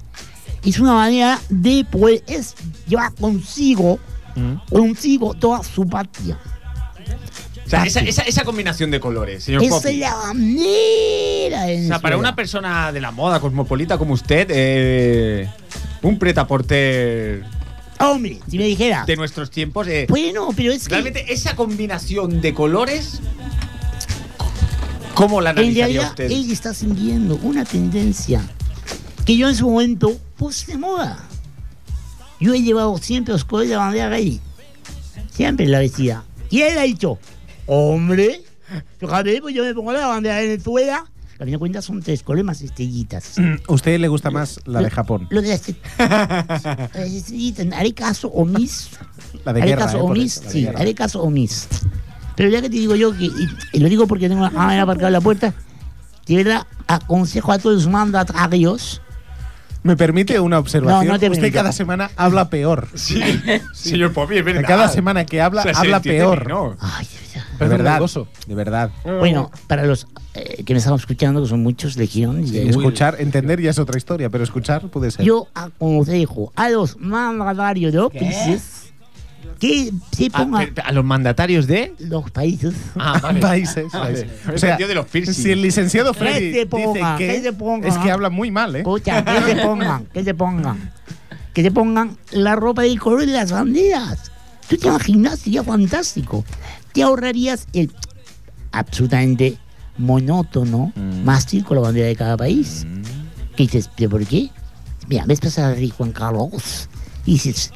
[SPEAKER 2] Es una manera de poder es, llevar consigo,
[SPEAKER 1] Mm.
[SPEAKER 2] consigo toda su patria.
[SPEAKER 1] O
[SPEAKER 2] Ah,
[SPEAKER 1] sea, esa, esa- esa combinación de colores, señor
[SPEAKER 2] Esa es
[SPEAKER 1] Poppy.
[SPEAKER 2] la manera de
[SPEAKER 1] O sea, para
[SPEAKER 2] Venezuela.
[SPEAKER 1] una persona de la moda cosmopolita como usted, eh, un pretaporter
[SPEAKER 2] Hombre, si me dijera.
[SPEAKER 1] de nuestros tiempos, eh,
[SPEAKER 2] Bueno, pero es que.
[SPEAKER 1] realmente esa combinación de colores, ¿cómo la
[SPEAKER 2] En
[SPEAKER 1] analizaría
[SPEAKER 2] realidad,
[SPEAKER 1] usted?
[SPEAKER 2] él está siguiendo una tendencia que yo en su momento puse de moda. Yo he llevado siempre los colores de la bandera gay. Siempre la vestida. Y él ha dicho, hombre, fíjate, pues yo me pongo la bandera de Venezuela. A fin de cuentas son tres colores más estrellitas.
[SPEAKER 5] Mm, ¿A usted le gusta más la de Japón?
[SPEAKER 2] Lo de las, las estrellitas, haré caso omiso
[SPEAKER 5] La de
[SPEAKER 2] haré
[SPEAKER 5] guerra.
[SPEAKER 2] caso
[SPEAKER 5] ¿eh? Por
[SPEAKER 2] omiso,
[SPEAKER 5] eso, la de
[SPEAKER 2] sí,
[SPEAKER 5] guerra.
[SPEAKER 2] haré caso omiso. Pero ya que te digo yo que, y, y lo digo porque tengo ah, la manera aparcada en la puerta, de verdad aconsejo a todos los mandatarios.
[SPEAKER 5] ¿Me permite una observación?
[SPEAKER 2] No, no te
[SPEAKER 5] usted
[SPEAKER 2] permito.
[SPEAKER 5] cada semana habla peor.
[SPEAKER 1] Sí, señor Poppy, es verdad.
[SPEAKER 5] Cada semana que habla,
[SPEAKER 1] O sea, se
[SPEAKER 2] Ah.
[SPEAKER 5] habla
[SPEAKER 1] entiende
[SPEAKER 5] peor.
[SPEAKER 1] que no.
[SPEAKER 2] Ay, de verdad.
[SPEAKER 5] De verdad. De verdad.
[SPEAKER 2] Bueno, para los eh, que me estaban escuchando, que son muchos, Legión.
[SPEAKER 3] Sí, escuchar, entender ya es otra historia, pero escuchar puede ser.
[SPEAKER 2] Yo ah, aconsejo a los mandatarios de los países que se
[SPEAKER 3] Ah,
[SPEAKER 1] A,
[SPEAKER 2] pongan
[SPEAKER 1] a los mandatarios de.
[SPEAKER 2] los países.
[SPEAKER 1] Ah, vale.
[SPEAKER 3] Países, países.
[SPEAKER 1] O sea, de los piercings.
[SPEAKER 3] si el licenciado Freddy
[SPEAKER 2] Que se
[SPEAKER 3] dice
[SPEAKER 2] pongan,
[SPEAKER 3] que,
[SPEAKER 2] que se pongan.
[SPEAKER 3] es que habla muy mal, ¿eh?
[SPEAKER 2] Escucha, que se pongan, que se pongan. Que se pongan la ropa del color de las banderas. Tú te imaginas, sería fantástico. Te ahorrarías el absolutamente monótono
[SPEAKER 3] Mm.
[SPEAKER 2] mástil con la bandera de cada país. Que dices, ¿pero por qué? Mira, ves pasar a Juan Carlos y dices,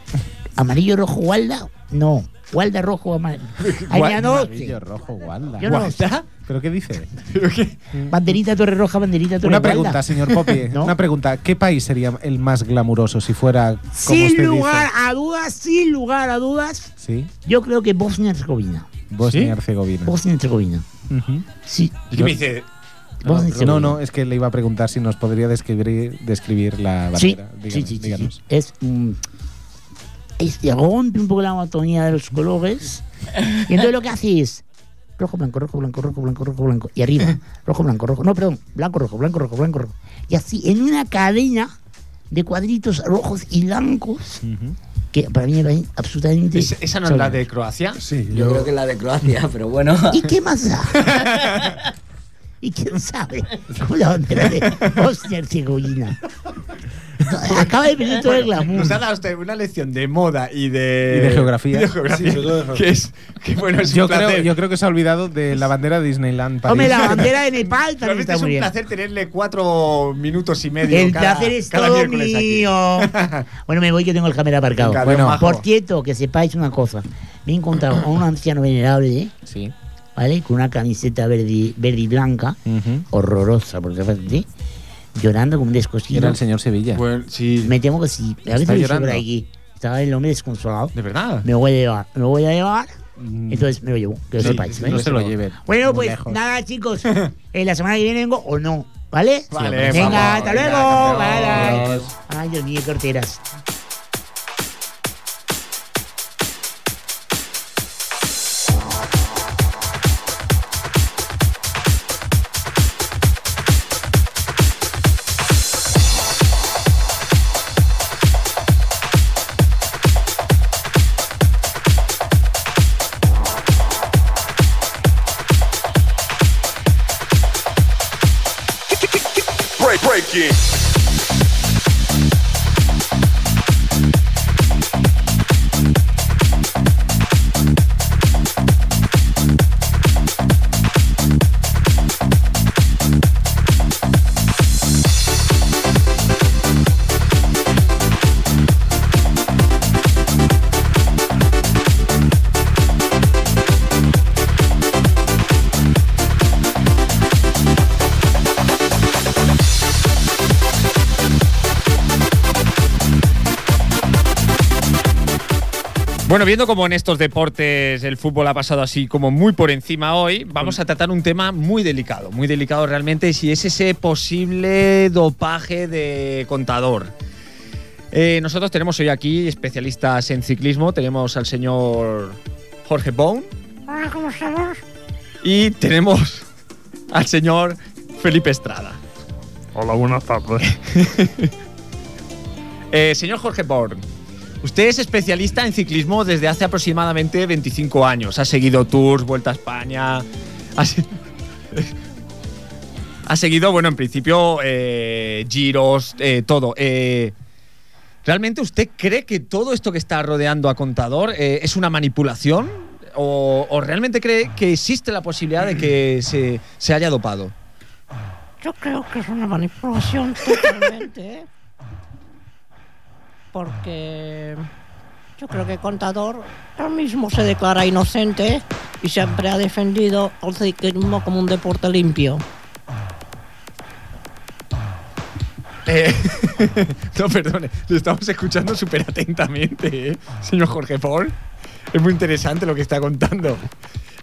[SPEAKER 2] amarillo, rojo, gualda. No, gualda, rojo, amarillo. Ay, mira, no sé.
[SPEAKER 3] Amarillo, rojo, gualda.
[SPEAKER 2] Yo no lo sé.
[SPEAKER 3] ¿Pero qué dice?
[SPEAKER 2] Banderita, torre roja, banderita, torre
[SPEAKER 3] Una
[SPEAKER 2] Gualda.
[SPEAKER 3] pregunta, señor Poppy.
[SPEAKER 2] ¿No?
[SPEAKER 3] Una pregunta. ¿Qué país sería el más glamuroso si fuera como
[SPEAKER 2] Sin
[SPEAKER 3] usted
[SPEAKER 2] lugar a dudas, sin lugar a dudas,
[SPEAKER 3] dice? Sí.
[SPEAKER 2] yo creo que Bosnia y Herzegovina.
[SPEAKER 3] Bosnia y Herzegovina.
[SPEAKER 2] Bosnia y Herzegovina.
[SPEAKER 3] Ujú.
[SPEAKER 2] Sí,
[SPEAKER 15] ¿Y qué me dice?
[SPEAKER 2] Bosnia y Herzegovina.
[SPEAKER 3] No, no, es que le iba a preguntar si nos podría describir, describir la
[SPEAKER 2] Sí,
[SPEAKER 3] bandera. Díganos,
[SPEAKER 2] sí, sí, sí,
[SPEAKER 3] díganos.
[SPEAKER 2] sí. Es, mm, es que rompe un poco la monotonía de los colores. Y entonces lo que hace es rojo, blanco, rojo, blanco, rojo, blanco, rojo, blanco. Y arriba, rojo, blanco, rojo. No, perdón, blanco, rojo, blanco, rojo, blanco, rojo. Y así, en una cadena de cuadritos rojos y blancos, que para mí me parece absolutamente.
[SPEAKER 1] Es- ¿Esa no es la de Croacia?
[SPEAKER 5] Sí,
[SPEAKER 9] Yo creo que la de Croacia, pero bueno.
[SPEAKER 2] ¿Y qué más da? ¿Y quién sabe? Como la bandera de Bosnia y Herzegovina. No, Acaba de venir todo el glamour.
[SPEAKER 15] Nos ha dado usted una lección de moda y de.
[SPEAKER 3] Y de geografía.
[SPEAKER 15] y de geografía,
[SPEAKER 5] Sí, sobre todo de geografía.
[SPEAKER 15] Que es. Que bueno, es
[SPEAKER 3] Yo
[SPEAKER 15] un placer.
[SPEAKER 3] creo, yo creo que se ha olvidado de la bandera de Disneyland París.
[SPEAKER 2] Hombre, la bandera de Nepal también
[SPEAKER 15] Realmente
[SPEAKER 2] está
[SPEAKER 15] es
[SPEAKER 2] muy
[SPEAKER 15] un
[SPEAKER 2] bien.
[SPEAKER 15] placer tenerle cuatro minutos y medio.
[SPEAKER 2] El
[SPEAKER 15] cada,
[SPEAKER 2] placer es
[SPEAKER 15] cada
[SPEAKER 2] todo
[SPEAKER 15] miércoles aquí.
[SPEAKER 2] mío. Bueno, me voy que tengo el cámara aparcado.
[SPEAKER 15] Venga,
[SPEAKER 3] Bueno,
[SPEAKER 15] adiós, majo.
[SPEAKER 2] Por cierto, que sepáis una cosa. Me he encontrado a un anciano venerable, ¿eh?
[SPEAKER 3] Sí.
[SPEAKER 2] ¿vale? Con una camiseta verde, verde y blanca,
[SPEAKER 3] Ujú.
[SPEAKER 2] horrorosa, por supuesto, ¿sí? llorando como un descosido.
[SPEAKER 3] Era el señor Sevilla.
[SPEAKER 15] Bueno, sí.
[SPEAKER 2] Me temo que sí. A veces
[SPEAKER 3] Está
[SPEAKER 2] lo hice
[SPEAKER 3] llorando.
[SPEAKER 2] por aquí. Estaba el hombre desconsolado.
[SPEAKER 15] ¿De verdad?
[SPEAKER 2] Me lo voy a llevar. Me lo voy a llevar. Entonces me lo llevo. Que lo
[SPEAKER 3] Mm. Sí,
[SPEAKER 2] sepáis. ¿vale?
[SPEAKER 3] no se lo lleve.
[SPEAKER 2] Bueno,
[SPEAKER 3] Muy
[SPEAKER 2] pues
[SPEAKER 3] lejos.
[SPEAKER 2] nada, chicos. Eh, la semana que viene vengo o no. ¿Vale?
[SPEAKER 15] Vale,
[SPEAKER 2] Venga,
[SPEAKER 15] vamos.
[SPEAKER 2] hasta luego.
[SPEAKER 15] Venga,
[SPEAKER 2] Bye, bye.
[SPEAKER 15] adiós.
[SPEAKER 2] Ay, Dios mío, qué horteras.
[SPEAKER 6] Break, break it.
[SPEAKER 1] Bueno, viendo como en estos deportes el fútbol ha pasado así como muy por encima hoy, vamos a tratar un tema muy delicado, muy delicado realmente, si es ese posible dopaje de contador. Eh, nosotros tenemos hoy aquí especialistas en ciclismo, tenemos al señor Jorge Bone. Y tenemos al señor Felipe Estrada.
[SPEAKER 5] Hola, buenas tardes.
[SPEAKER 1] Eh, señor Jorge Born, usted es especialista en ciclismo desde hace aproximadamente 25 años. Ha seguido Tours, Vuelta a España. Ha, se- ha seguido, bueno, en principio, eh, giros, eh, todo. Eh, ¿Realmente usted cree que todo esto que está rodeando a Contador eh, es una manipulación? ¿O, o realmente cree que existe la posibilidad de que se, se haya dopado?
[SPEAKER 2] Yo creo que es una manipulación totalmente, ¿eh? porque yo creo que el contador ahora mismo se declara inocente y siempre ha defendido el ciclismo como un deporte limpio.
[SPEAKER 1] Eh, no, perdone, lo estamos escuchando súper atentamente, ¿eh? señor Jorge Paul. Es muy interesante lo que está contando.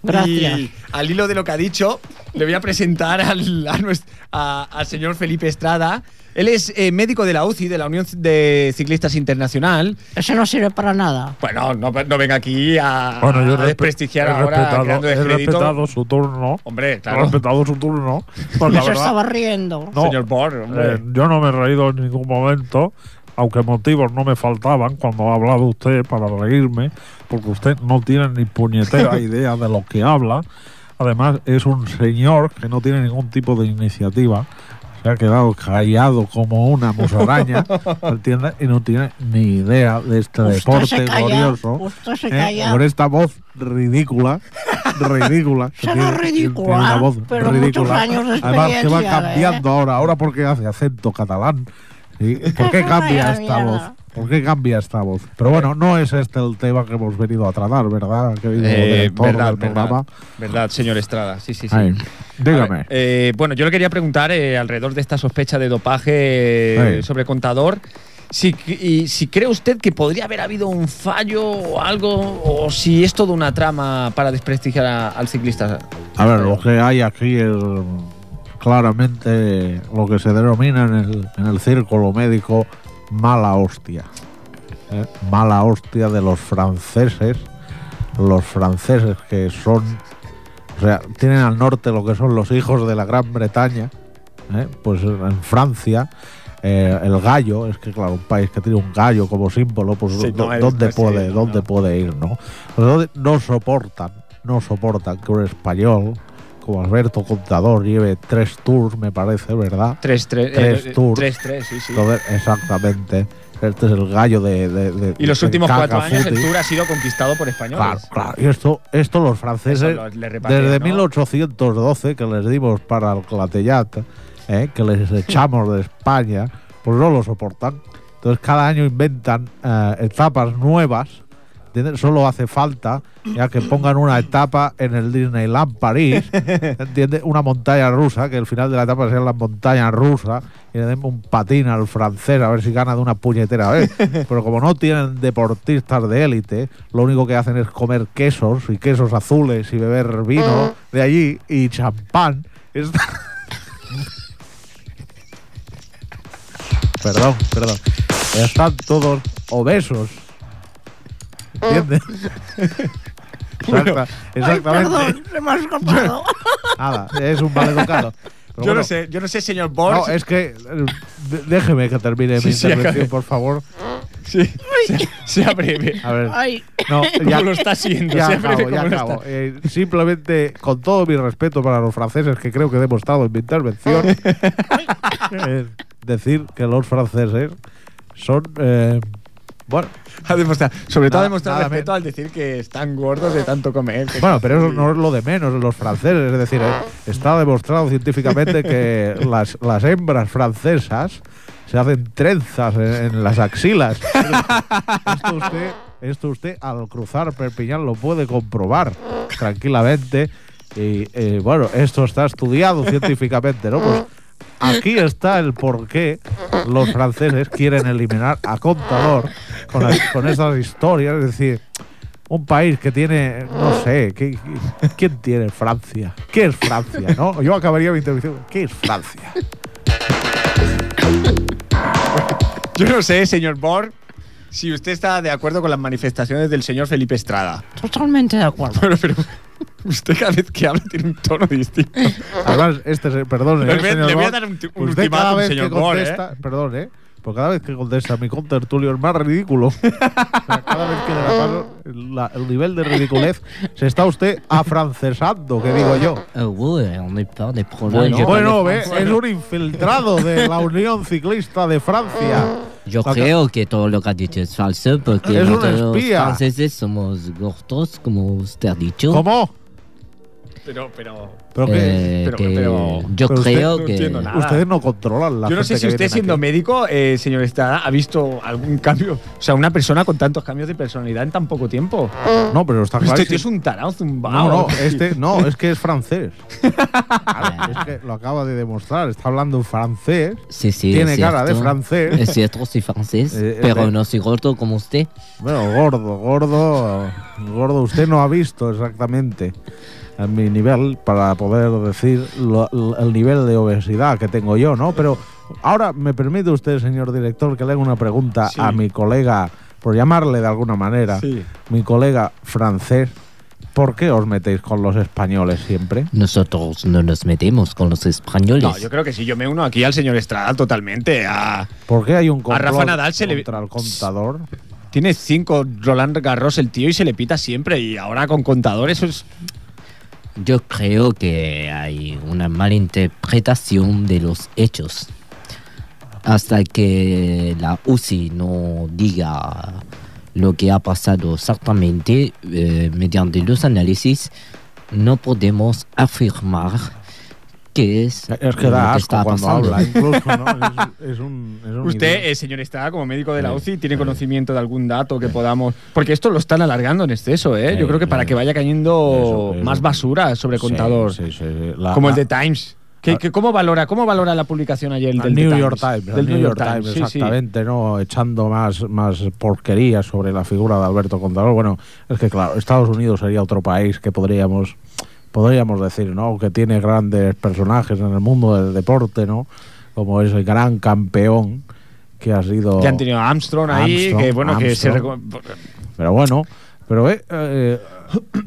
[SPEAKER 2] Gracias.
[SPEAKER 1] Y al hilo de lo que ha dicho, le voy a presentar al, a nues- a- al señor Felipe Estrada, Él es eh, médico de la UCI, de la Unión de Ciclistas Internacional.
[SPEAKER 2] Eso no sirve para nada.
[SPEAKER 1] Bueno, no, no venga aquí a,
[SPEAKER 5] Bueno, yo
[SPEAKER 1] a
[SPEAKER 5] respe-
[SPEAKER 1] desprestigiar
[SPEAKER 5] he
[SPEAKER 1] ahora
[SPEAKER 5] respetado-
[SPEAKER 1] creando
[SPEAKER 5] he
[SPEAKER 1] descrédito.
[SPEAKER 5] respetado su turno.
[SPEAKER 1] Hombre,
[SPEAKER 5] He
[SPEAKER 1] claro,
[SPEAKER 5] respetado su turno. Pues la
[SPEAKER 2] Yo
[SPEAKER 5] verdad,
[SPEAKER 2] estaba riendo.
[SPEAKER 5] no,
[SPEAKER 1] señor Borg, hombre.
[SPEAKER 5] eh, yo no me he reído en ningún momento, aunque motivos no me faltaban cuando ha hablado usted para reírme, porque usted no tiene ni puñetera idea de lo que habla. Además, es un señor que no tiene ningún tipo de iniciativa. Se ha quedado callado como una musaraña, ¿entiendes? Y no tiene ni idea de este
[SPEAKER 2] Usted
[SPEAKER 5] deporte
[SPEAKER 2] se calla.
[SPEAKER 5] glorioso.
[SPEAKER 2] Usted se
[SPEAKER 5] ¿eh?
[SPEAKER 2] calla.
[SPEAKER 5] Con esta voz ridícula, ridícula. que
[SPEAKER 2] Será
[SPEAKER 5] tiene-
[SPEAKER 2] ridícula,
[SPEAKER 5] tiene una voz
[SPEAKER 2] pero muchos años de
[SPEAKER 5] Además, que va
[SPEAKER 2] experiencia, ¿eh?
[SPEAKER 5] cambiando ahora. Ahora, porque hace acento catalán? ¿Sí? ¿Por qué
[SPEAKER 2] Es una
[SPEAKER 5] cambia
[SPEAKER 2] gran
[SPEAKER 5] esta voz?
[SPEAKER 2] mierda.
[SPEAKER 5] ¿Por qué cambia esta voz? Pero bueno, no es este el tema que hemos venido a tratar, ¿verdad, querido
[SPEAKER 1] Eh,
[SPEAKER 5] director
[SPEAKER 1] verdad,
[SPEAKER 5] del programa?
[SPEAKER 1] verdad, verdad, señor Estrada. Sí, sí, sí.
[SPEAKER 5] Ay,
[SPEAKER 1] A
[SPEAKER 5] dígame.
[SPEAKER 1] ver, eh, bueno, yo le quería preguntar eh, alrededor de esta sospecha de dopaje eh,
[SPEAKER 5] Sí.
[SPEAKER 1] sobre Contador. Si, y si cree usted que podría haber habido un fallo o algo, o si es toda una trama para desprestigiar a- al ciclista.
[SPEAKER 5] A ver, lo que hay aquí es claramente lo que se denomina en el, en el círculo médico mala hostia. ¿eh? Mala hostia de los franceses. Los franceses que son, o sea, tienen al norte lo que son los hijos de la Gran Bretaña. ¿eh? Pues en Francia, eh, el gallo, es que claro, un país que tiene un gallo como símbolo, pues
[SPEAKER 15] Sí,
[SPEAKER 5] ¿dó-
[SPEAKER 15] no, es-
[SPEAKER 5] ¿dónde,
[SPEAKER 15] pues, sí,
[SPEAKER 5] puede,
[SPEAKER 15] no,
[SPEAKER 5] dónde
[SPEAKER 15] no.
[SPEAKER 5] puede ir? ¿no? no no soportan, no soportan que un español como Alberto Contador lleve tres tours, me parece, ¿verdad?
[SPEAKER 1] 3-3.
[SPEAKER 5] Tres tours.
[SPEAKER 1] 3-3, sí, sí.
[SPEAKER 5] Entonces, exactamente. Este es el gallo de. de- de-
[SPEAKER 1] Y los
[SPEAKER 5] del
[SPEAKER 1] últimos cuatro
[SPEAKER 5] cacafuti.
[SPEAKER 1] años el Tour ha sido conquistado por españoles.
[SPEAKER 5] Claro, claro. Y esto, esto los franceses,
[SPEAKER 1] Eso lo- le repartían,
[SPEAKER 5] desde
[SPEAKER 1] ¿no?
[SPEAKER 5] 1812 que les dimos para el Clatellata, ¿eh? que les echamos de España, pues no lo soportan. Entonces cada año inventan eh, etapas nuevas. ¿entiendes? Solo hace falta ya que pongan una etapa en el Disneyland París, ¿entiendes? Una montaña rusa, que el final de la etapa sea la montaña rusa, y le den un patín al francés a ver si gana de una puñetera vez. Pero como no tienen deportistas de élite, lo único que hacen es comer quesos y quesos azules y beber vino de allí y champán. Esta- perdón, perdón. Están todos obesos. ¿Entiendes? Exacta- exactamente.
[SPEAKER 2] Perdón, se me ha escapado.
[SPEAKER 5] Nada, es un maleducado.
[SPEAKER 1] Yo
[SPEAKER 5] Pero bueno,
[SPEAKER 1] no sé, yo no sé, señor Borg.
[SPEAKER 5] No, es que. eh, de- Déjeme que termine
[SPEAKER 1] Sí,
[SPEAKER 5] mi
[SPEAKER 1] sí,
[SPEAKER 5] intervención,
[SPEAKER 1] acabe.
[SPEAKER 5] por favor.
[SPEAKER 1] Sí, sea, sea breve.
[SPEAKER 5] A ver.
[SPEAKER 2] Ay,
[SPEAKER 5] No,
[SPEAKER 1] ¿Cómo
[SPEAKER 5] ya,
[SPEAKER 1] lo está haciendo?
[SPEAKER 5] ya
[SPEAKER 1] sea breve
[SPEAKER 5] acabo, ya
[SPEAKER 1] como lo
[SPEAKER 5] acabo.
[SPEAKER 1] está.
[SPEAKER 5] Eh, simplemente, con todo mi respeto para los franceses, que creo que he demostrado en mi intervención, eh, decir que los franceses son. eh, bueno,
[SPEAKER 1] Ha demostrado- sobre todo
[SPEAKER 5] Nada-
[SPEAKER 1] ha demostrado
[SPEAKER 5] nada
[SPEAKER 1] respeto al decir que están gordos de tanto comer. que-
[SPEAKER 5] bueno, pero eso no es lo de menos en los franceses. Es decir, eh, está demostrado científicamente que las, las hembras francesas se hacen trenzas en, en las axilas. Esto usted, esto usted al cruzar Perpiñán lo puede comprobar tranquilamente. Y eh, bueno, esto está estudiado científicamente, ¿no? Pues aquí está el por qué los franceses quieren eliminar a Contador con, las- con esas historias. Es decir, un país que tiene, no sé, ¿qué- qué- ¿quién tiene Francia? ¿Qué es Francia? ¿no? Yo acabaría mi intervención. ¿Qué es Francia?
[SPEAKER 1] Yo no sé, señor Borg, si usted está de acuerdo con las manifestaciones del señor Felipe Estrada.
[SPEAKER 2] totalmente de acuerdo.
[SPEAKER 1] Bueno, pero usted cada vez que habla tiene un tono distinto.
[SPEAKER 5] Además, este, se- perdón,
[SPEAKER 1] Le
[SPEAKER 5] eh,
[SPEAKER 1] voy a-
[SPEAKER 5] señor
[SPEAKER 1] le voy a
[SPEAKER 5] Bor-
[SPEAKER 1] dar un ti- un
[SPEAKER 5] usted
[SPEAKER 1] ultimátum,
[SPEAKER 5] cada vez
[SPEAKER 1] señor
[SPEAKER 5] que
[SPEAKER 1] Bor, ¿eh?
[SPEAKER 5] contesta, perdón, ¿eh? Porque cada vez que contesta mi contertulio es más ridículo. O sea, cada vez que le paso, la- el nivel de ridiculez se está usted afrancesando, que digo yo.
[SPEAKER 4] Euh, ouais, on n'est pas des problèmes.
[SPEAKER 5] Bueno, ve, es un infiltrado de la Unión Ciclista de Francia.
[SPEAKER 4] Yo
[SPEAKER 5] Acá.
[SPEAKER 4] creo que todo lo que ha dicho es falso porque
[SPEAKER 5] Es un
[SPEAKER 4] nosotros los
[SPEAKER 5] espía.
[SPEAKER 4] franceses somos gordos, como usted ha dicho.
[SPEAKER 5] ¿Cómo?
[SPEAKER 1] Pero, pero.
[SPEAKER 5] ¿Pero qué?
[SPEAKER 4] Eh,
[SPEAKER 1] Pero-
[SPEAKER 4] que
[SPEAKER 1] pero-
[SPEAKER 4] yo
[SPEAKER 5] pero usted
[SPEAKER 4] creo
[SPEAKER 1] no
[SPEAKER 4] que
[SPEAKER 1] entiendo nada.
[SPEAKER 5] Ustedes no controlan la
[SPEAKER 1] Yo no sé
[SPEAKER 5] gente
[SPEAKER 1] si
[SPEAKER 5] que
[SPEAKER 1] usted,
[SPEAKER 5] viene
[SPEAKER 1] siendo
[SPEAKER 5] aquí.
[SPEAKER 1] médico, eh, señor Estrada, ha visto algún cambio. O sea, una persona con tantos cambios de personalidad en tan poco tiempo.
[SPEAKER 5] No, pero está claro.
[SPEAKER 1] Este tío es un tarao zumbao.
[SPEAKER 5] No, no, este, no, es que es francés. Claro, es que lo acaba de demostrar. Está hablando en francés.
[SPEAKER 4] sí, sí, es
[SPEAKER 5] tiene cara de
[SPEAKER 4] cierto.
[SPEAKER 5] francés.
[SPEAKER 4] Es cierto, soy francés,
[SPEAKER 5] Eh, eh,
[SPEAKER 4] pero
[SPEAKER 5] eh.
[SPEAKER 4] no soy gordo como usted.
[SPEAKER 5] Bueno, gordo, gordo. Gordo, usted no ha visto exactamente a mi nivel para poder decir lo- l- el nivel de obesidad que tengo yo, ¿no? Pero Ahora, ¿me permite usted, señor director, que le haga una pregunta a mi colega, por llamarle de alguna manera, mi colega francés? ¿Por qué os metéis con los españoles siempre?
[SPEAKER 6] Nosotros no nos metemos con los españoles.
[SPEAKER 1] No, yo creo que sí, yo me uno aquí al señor Estrada totalmente. A,
[SPEAKER 5] ¿Por qué hay un
[SPEAKER 1] a
[SPEAKER 5] complot
[SPEAKER 1] Rafa Nadal se le.
[SPEAKER 5] contra el contador?
[SPEAKER 1] Tiene cinco Roland Garros el tío y se le pita siempre. Y ahora con contador, eso es.
[SPEAKER 6] Yo creo que hay una malinterpretación de los hechos. Hasta que la UCI no diga lo que ha pasado exactamente eh, mediante los análisis, no podemos afirmar qué es,
[SPEAKER 5] Es que
[SPEAKER 6] lo
[SPEAKER 5] da
[SPEAKER 6] que
[SPEAKER 5] asco
[SPEAKER 6] está
[SPEAKER 5] cuando
[SPEAKER 6] pasando.
[SPEAKER 5] habla, incluso, ¿no? Es, es un, Mm, es un
[SPEAKER 1] Usted,
[SPEAKER 5] idiota.
[SPEAKER 1] eh, señor Estrada, como médico de la
[SPEAKER 6] Sí,
[SPEAKER 1] UCI, tiene conocimiento de algún dato que podamos. Porque esto lo están alargando en exceso, ¿eh?
[SPEAKER 5] Sí,
[SPEAKER 1] Yo creo que para
[SPEAKER 5] sí.
[SPEAKER 1] que vaya cayendo
[SPEAKER 5] Eso, eso.
[SPEAKER 1] más basura sobre contador.
[SPEAKER 5] Sí, Ah. sí, sí, sí. La-
[SPEAKER 1] como
[SPEAKER 5] la-
[SPEAKER 1] el de Times. ¿Qué, qué- cómo, valora, ¿Cómo valora la publicación ayer
[SPEAKER 5] El
[SPEAKER 1] del The
[SPEAKER 5] New
[SPEAKER 1] Times?
[SPEAKER 5] York Times,
[SPEAKER 1] Del
[SPEAKER 5] el New York Times,
[SPEAKER 1] sí, sí.
[SPEAKER 5] exactamente, ¿no? Echando más, más porquería sobre la figura de Alberto Contador. Bueno, es que claro, Estados Unidos sería otro país que podríamos, podríamos decir, ¿no? Que tiene grandes personajes en el mundo del deporte, ¿no? Como es el gran campeón que ha sido.
[SPEAKER 1] Que han tenido a Armstrong ahí,
[SPEAKER 5] Armstrong,
[SPEAKER 1] que bueno, que se
[SPEAKER 5] Armstrong.
[SPEAKER 1] reco-
[SPEAKER 5] Pero bueno, pero eh, eh,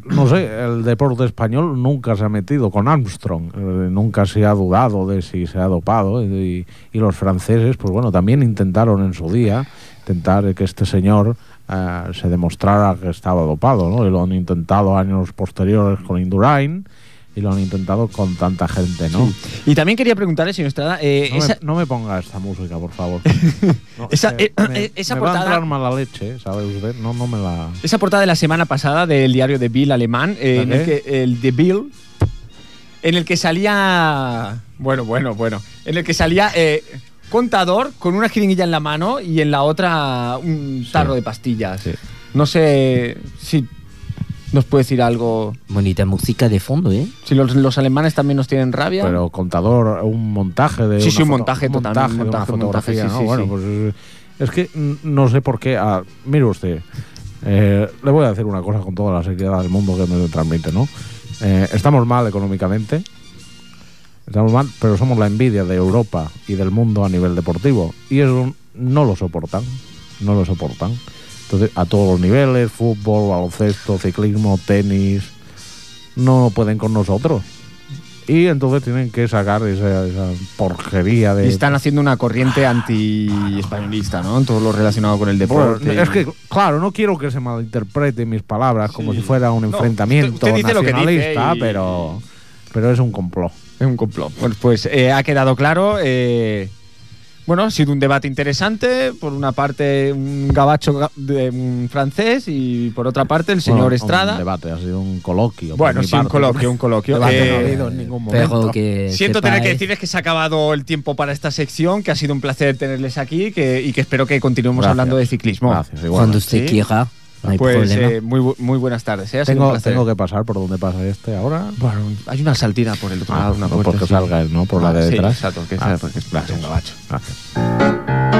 [SPEAKER 5] no sé, el deporte español nunca se ha metido con Armstrong, eh, nunca se ha dudado de si se ha dopado eh, y, y los franceses, pues bueno, también intentaron en su día intentar que este señor eh, se demostrara que estaba dopado, ¿no? Y lo han intentado años posteriores con Indurain y lo han intentado con tanta gente, ¿no?
[SPEAKER 1] Y también quería preguntarle, señor Estrada, eh,
[SPEAKER 5] No,
[SPEAKER 1] esa,
[SPEAKER 5] me, no me ponga esta música, por favor. No,
[SPEAKER 1] Esa-
[SPEAKER 5] eh,
[SPEAKER 1] eh,
[SPEAKER 5] me,
[SPEAKER 1] eh, esa
[SPEAKER 5] me va
[SPEAKER 1] portada-
[SPEAKER 5] a entrar mala leche, ¿sabe usted? No, no me la...
[SPEAKER 1] esa portada de la semana pasada del diario de Bill alemán, eh, en
[SPEAKER 5] ¿La
[SPEAKER 1] el que el de Bill, en el que salía, bueno, bueno, bueno, en el que salía eh, contador con una jeringuilla en la mano y en la otra un tarro de pastillas.
[SPEAKER 5] Sí.
[SPEAKER 1] No sé si nos puede decir algo.
[SPEAKER 6] Bonita música de fondo, ¿eh?
[SPEAKER 1] Si los, los alemanes también nos tienen rabia.
[SPEAKER 5] Pero contador, un montaje de.
[SPEAKER 1] Sí, sí,
[SPEAKER 5] una
[SPEAKER 1] un
[SPEAKER 5] foto-
[SPEAKER 1] montaje total,
[SPEAKER 5] montaje
[SPEAKER 1] un
[SPEAKER 5] de una
[SPEAKER 1] montaje, un montaje,
[SPEAKER 5] fotografía,
[SPEAKER 1] sí,
[SPEAKER 5] ¿no?
[SPEAKER 1] sí,
[SPEAKER 5] Bueno,
[SPEAKER 1] sí.
[SPEAKER 5] pues eh, es que mm, no sé por qué. ah, mire usted, eh, le voy a decir una cosa con toda la seriedad del mundo que me transmite, ¿no? Eh, estamos mal económicamente. Estamos mal, pero somos la envidia de Europa y del mundo a nivel deportivo. Y eso no lo soportan. No lo soportan. Entonces, a todos los niveles, fútbol, baloncesto, ciclismo, tenis, no pueden con nosotros. Y entonces tienen que sacar esa, esa porquería de... Ah.
[SPEAKER 1] Y están haciendo una corriente anti-españolista, ¿no? En todo lo relacionado con el
[SPEAKER 5] Bueno,
[SPEAKER 1] deporte.
[SPEAKER 5] es que, claro, no quiero que se malinterpreten mis palabras como
[SPEAKER 1] Sí.
[SPEAKER 5] si fuera un
[SPEAKER 1] No,
[SPEAKER 5] enfrentamiento
[SPEAKER 1] usted- usted dice lo que dice
[SPEAKER 5] nacionalista,
[SPEAKER 1] y-
[SPEAKER 5] pero, pero es un complot.
[SPEAKER 1] Es un complot. Bueno, pues eh, ha quedado claro. eh, bueno, ha sido un debate interesante. Por una parte, un gabacho ga- de, un francés y por otra parte, el señor
[SPEAKER 5] Bueno, Un
[SPEAKER 1] Estrada.
[SPEAKER 5] debate, ha sido un coloquio. por
[SPEAKER 1] Bueno,
[SPEAKER 5] mi
[SPEAKER 1] sí, un
[SPEAKER 5] parte.
[SPEAKER 1] coloquio, un coloquio.
[SPEAKER 5] Debate no ha
[SPEAKER 1] Eh,
[SPEAKER 5] habido en ningún
[SPEAKER 6] Pero
[SPEAKER 5] momento.
[SPEAKER 6] que
[SPEAKER 1] Siento tener que
[SPEAKER 6] sepáis-
[SPEAKER 1] decirles que se ha acabado el tiempo para esta sección, que ha sido un placer tenerles aquí que- y que espero que continuemos
[SPEAKER 5] Gracias.
[SPEAKER 1] hablando de ciclismo.
[SPEAKER 5] Gracias, igual.
[SPEAKER 6] Cuando usted
[SPEAKER 1] Sí.
[SPEAKER 6] quiera, no hay
[SPEAKER 1] Pues
[SPEAKER 6] problema.
[SPEAKER 1] eh, muy, bu- muy buenas tardes. ¿eh? Ha sido un
[SPEAKER 5] tengo,
[SPEAKER 1] placer.
[SPEAKER 5] tengo que pasar por donde pasa este ahora.
[SPEAKER 1] Bueno, hay una saltina por el otro
[SPEAKER 5] Ah,
[SPEAKER 1] lado, una
[SPEAKER 5] no,
[SPEAKER 1] puerta,
[SPEAKER 5] porque
[SPEAKER 1] sí.
[SPEAKER 5] salga él, ¿no? Por la
[SPEAKER 1] Ah,
[SPEAKER 5] de
[SPEAKER 1] sí,
[SPEAKER 5] detrás.
[SPEAKER 1] exacto, que
[SPEAKER 5] Ah,
[SPEAKER 1] salga porque es
[SPEAKER 5] gracias.
[SPEAKER 1] un gabacho.
[SPEAKER 5] Gracias.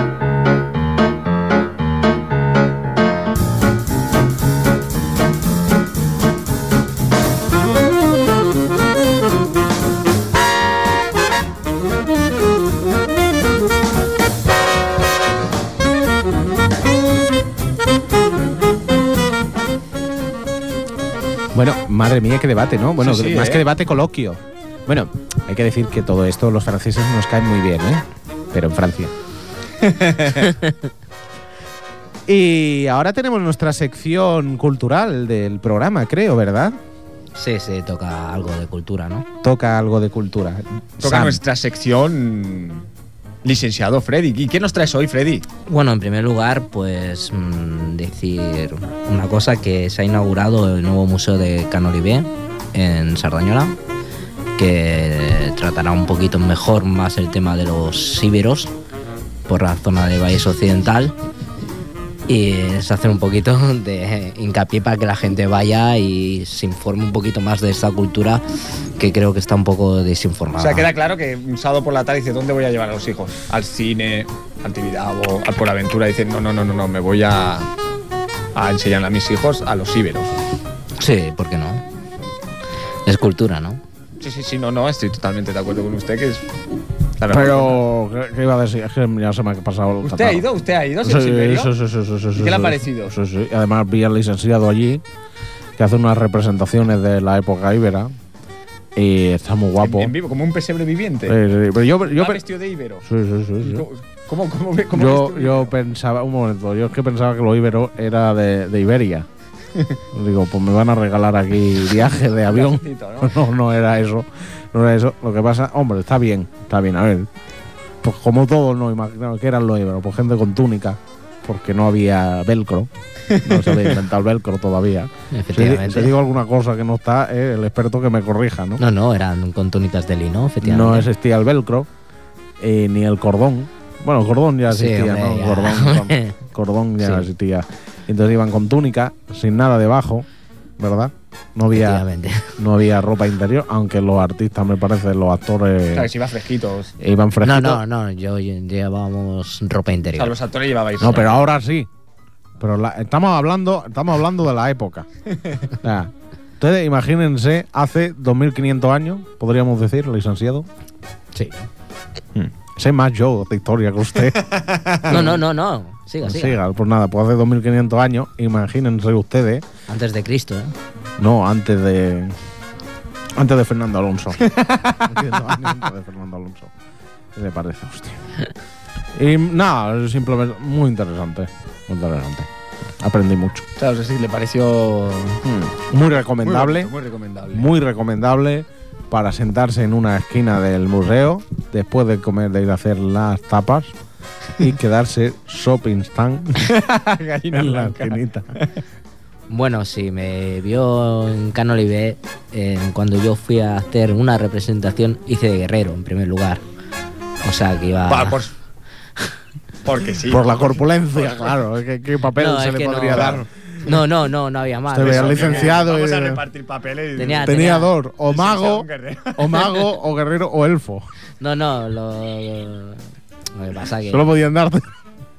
[SPEAKER 5] Bueno, madre mía, qué debate, ¿no? Bueno,
[SPEAKER 1] Sí, sí,
[SPEAKER 5] más
[SPEAKER 1] ¿eh?
[SPEAKER 5] que debate, coloquio. Bueno, hay que decir que todo esto los franceses nos caen muy bien, ¿eh? Pero en Francia. y ahora tenemos nuestra sección cultural del programa, creo, ¿verdad?
[SPEAKER 6] Sí, se toca algo de cultura, ¿no?
[SPEAKER 5] Toca algo de cultura.
[SPEAKER 1] Toca
[SPEAKER 5] Sam,
[SPEAKER 1] nuestra sección licenciado Freddy. ¿Y qué nos traes hoy, Freddy?
[SPEAKER 6] Bueno, en primer lugar, pues mm, decir una cosa que se ha inaugurado el nuevo museo de Canolibé en Sardañola, que tratará un poquito mejor más el tema de los íberos por la zona de Valles Occidental y es hacer un poquito de hincapié para que la gente vaya y se informe un poquito más de esta cultura que creo que está un poco desinformada.
[SPEAKER 1] O
[SPEAKER 5] Ah.
[SPEAKER 1] sea, queda claro que un sábado por la tarde dice, ¿dónde voy a llevar a los hijos? Al cine, al Tibidabo, a por aventura. Dice, no, no, no, no, no, me voy a, a enseñar a mis hijos a los íberos.
[SPEAKER 6] Sí, ¿por qué no? Es cultura, ¿no?
[SPEAKER 1] Sí, sí, sí, no, no, estoy totalmente de acuerdo con usted que es
[SPEAKER 5] Pero, ¿qué, qué iba a decir? Es que ya se me ha pasado el
[SPEAKER 15] ¿Usted
[SPEAKER 5] catarro.
[SPEAKER 15] ha ido? ¿Usted ha ido,
[SPEAKER 5] Sí,
[SPEAKER 15] señor Silverio?
[SPEAKER 5] sí, sí, sí, sí, sí,
[SPEAKER 15] ¿Y
[SPEAKER 5] sí,
[SPEAKER 15] qué le ha
[SPEAKER 5] sí.
[SPEAKER 15] parecido?
[SPEAKER 5] Sí, sí. Y Además vi al licenciado allí que hace unas representaciones de la época íbera y está muy guapo.
[SPEAKER 15] En, en vivo, como un pesebre viviente.
[SPEAKER 5] Sí, sí, pero yo- Eh, yo
[SPEAKER 15] Va
[SPEAKER 5] pe-
[SPEAKER 15] vestido de Ibero.
[SPEAKER 5] Sí, sí, sí, sí.
[SPEAKER 15] ¿Cómo, cómo, cómo, ve- cómo
[SPEAKER 5] yo,
[SPEAKER 15] vestido?
[SPEAKER 5] yo pensaba, un momento, yo es que pensaba que lo íbero era de, de Iberia. Digo, pues me van a regalar aquí viaje de avión.
[SPEAKER 15] viajecito,
[SPEAKER 5] No, no era eso. No era eso. Lo que pasa, hombre, está bien, está bien. A ver, pues como todos nos imaginamos que eran los íberos, pues gente con túnica, porque no había velcro. No se había inventado el velcro todavía. Si,
[SPEAKER 6] Efectivamente.
[SPEAKER 5] si digo alguna cosa que no está, eh, el experto que me corrija, ¿no?
[SPEAKER 6] No, no, eran con túnicas de lino, efectivamente.
[SPEAKER 5] No existía el velcro, eh, ni el cordón. Bueno, el cordón ya
[SPEAKER 6] Sí,
[SPEAKER 5] existía,
[SPEAKER 6] hombre,
[SPEAKER 5] ¿no?
[SPEAKER 6] ya.
[SPEAKER 5] Cordón, con- cordón ya
[SPEAKER 6] Sí.
[SPEAKER 5] existía. Entonces iban con túnica, sin nada debajo, ¿verdad? No había,
[SPEAKER 6] Efectivamente.
[SPEAKER 5] no había ropa interior, aunque los artistas, me parece, los actores
[SPEAKER 15] Claro, si iba fresquitos.
[SPEAKER 5] iban
[SPEAKER 6] No,
[SPEAKER 5] fresquitos.
[SPEAKER 6] no, no, yo yo- llevábamos ropa
[SPEAKER 15] O sea,
[SPEAKER 6] interior.
[SPEAKER 15] los actores llevabais.
[SPEAKER 5] No, pero ahora sí. Pero la- estamos hablando, estamos hablando de la época. O sea, ustedes Ah. imagínense, hace 2500 años, podríamos decir, licenciado. Hmm.
[SPEAKER 6] Sí.
[SPEAKER 5] Sé más yo de historia que usted.
[SPEAKER 6] No, no, no, no. Siga,
[SPEAKER 5] Pues
[SPEAKER 6] siga.
[SPEAKER 5] siga, pues nada, pues hace 2500 años, imagínense ustedes,
[SPEAKER 6] Antes de Cristo, ¿eh?
[SPEAKER 5] no, antes de. Antes de Fernando Alonso. 2500 años antes de Fernando Alonso. ¿Qué le parece a usted? Y nada, es simplemente muy interesante. Muy interesante. Aprendí mucho. Hmm.
[SPEAKER 15] Claro, sí, le pareció.
[SPEAKER 5] Muy
[SPEAKER 15] Muy,
[SPEAKER 5] recomendable.
[SPEAKER 15] bonito, muy recomendable.
[SPEAKER 5] muy recomendable para sentarse en una esquina del museo después de comer, de ir a hacer las tapas y quedarse shopping stand
[SPEAKER 15] Gallina
[SPEAKER 5] en la
[SPEAKER 15] blanca.
[SPEAKER 5] esquinita.
[SPEAKER 6] Bueno, si me vio en Can Olive, eh, cuando yo fui a hacer una representación, hice de guerrero en primer lugar. O sea que iba.
[SPEAKER 15] Va, por- porque sí.
[SPEAKER 5] Por la corpulencia, claro. es que- ¿Qué, papel
[SPEAKER 6] No,
[SPEAKER 5] se
[SPEAKER 6] es
[SPEAKER 5] le
[SPEAKER 6] que no.
[SPEAKER 5] podría dar?
[SPEAKER 6] No, no, no, no había más.
[SPEAKER 5] Usted vea,
[SPEAKER 6] Eso,
[SPEAKER 5] licenciado
[SPEAKER 15] Vamos
[SPEAKER 5] y-
[SPEAKER 15] a repartir papeles.
[SPEAKER 6] Tenía-
[SPEAKER 5] Tenía dos, o mago,
[SPEAKER 15] Licenciado Guerrero.
[SPEAKER 5] o mago, o guerrero, o elfo.
[SPEAKER 6] No, no, lo. Lo que pasa que.
[SPEAKER 5] Solo podían dar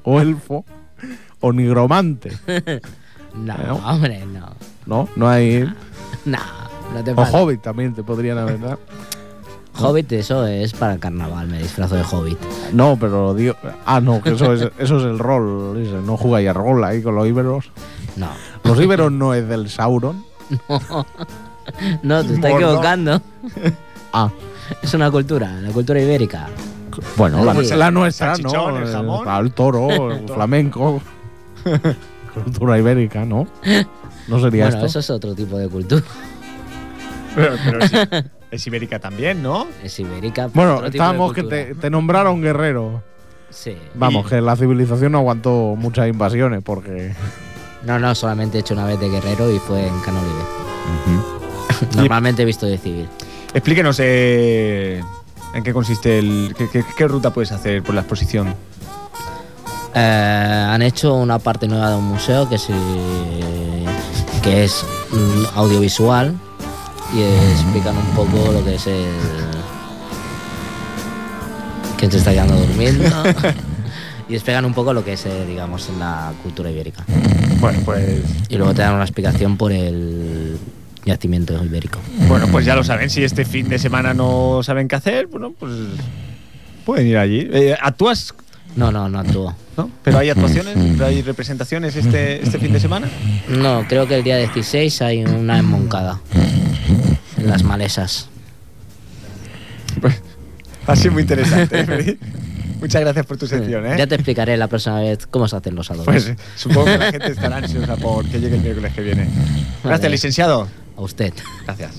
[SPEAKER 5] o elfo o nigromante,
[SPEAKER 6] No,
[SPEAKER 5] ¿no?
[SPEAKER 6] hombre, no.
[SPEAKER 5] ¿Eh?
[SPEAKER 6] Ah.
[SPEAKER 5] ¿no? No hay...
[SPEAKER 6] No, no te
[SPEAKER 5] O
[SPEAKER 6] pases.
[SPEAKER 5] hobbit también te podrían haber dado.
[SPEAKER 6] Hobbit, eso es para el carnaval, me disfrazo de hobbit.
[SPEAKER 5] No, pero digo... Ah, no, que eso es, eso es el rol. ese, No jugáis a rol ahí con los íberos.
[SPEAKER 6] No,
[SPEAKER 5] Los íberos no es del Sauron.
[SPEAKER 6] no, te estás
[SPEAKER 15] Mordor.
[SPEAKER 6] equivocando.
[SPEAKER 5] Ah,
[SPEAKER 6] Es una cultura, la cultura ibérica.
[SPEAKER 5] bueno, la,
[SPEAKER 6] Sí.
[SPEAKER 5] la nuestra, ¿no?
[SPEAKER 15] Salchichón, el jamón.
[SPEAKER 5] Ah, el toro, el flamenco. Cultura ibérica, ¿no? No sería
[SPEAKER 6] Bueno,
[SPEAKER 5] esto.
[SPEAKER 6] eso es otro tipo de cultura.
[SPEAKER 15] Pero, pero sí, es ibérica también, ¿no?
[SPEAKER 6] Es ibérica. pero
[SPEAKER 5] Bueno,
[SPEAKER 6] otro tipo de
[SPEAKER 5] estábamos que
[SPEAKER 6] cultura.
[SPEAKER 5] te, te nombraron guerrero.
[SPEAKER 6] Sí.
[SPEAKER 5] Vamos, que la civilización no aguantó muchas invasiones porque.
[SPEAKER 6] No, no, solamente he hecho una vez de guerrero y fue en Canolive. Normalmente he visto de civil.
[SPEAKER 15] Explíquenos eh, en qué consiste el. Qué, qué- qué ruta puedes hacer por la exposición?
[SPEAKER 6] Eh, han hecho una parte nueva de un museo que, sí, que es mm, audiovisual y explican un poco lo que es el... ¿Quién se está quedando durmiendo? y explican un poco lo que es, eh, digamos, la cultura ibérica.
[SPEAKER 15] Bueno, pues.
[SPEAKER 6] Y luego te dan una explicación por el yacimiento ibérico.
[SPEAKER 15] Bueno, pues ya lo saben. Si este fin de semana no saben qué hacer, bueno, pues. Pueden ir allí. Eh, ¿Actúas?
[SPEAKER 6] No, no, no actúo.
[SPEAKER 15] ¿No? ¿Pero hay actuaciones? ¿Pero ¿Hay representaciones este, este fin de semana?
[SPEAKER 6] No, creo que el día 16 hay una enmoncada. En las malesas.
[SPEAKER 15] Ha sido muy
[SPEAKER 1] ¿eh?
[SPEAKER 15] interesante. Pues, Felipe. Muchas gracias por tu sección, ¿eh?
[SPEAKER 6] Ya te explicaré la próxima vez cómo se hacen los adobes.
[SPEAKER 15] Pues supongo que la gente estará ansiosa por que llegue el miércoles que viene. Gracias,
[SPEAKER 6] Vale.
[SPEAKER 15] licenciado.
[SPEAKER 6] A usted.
[SPEAKER 15] Gracias.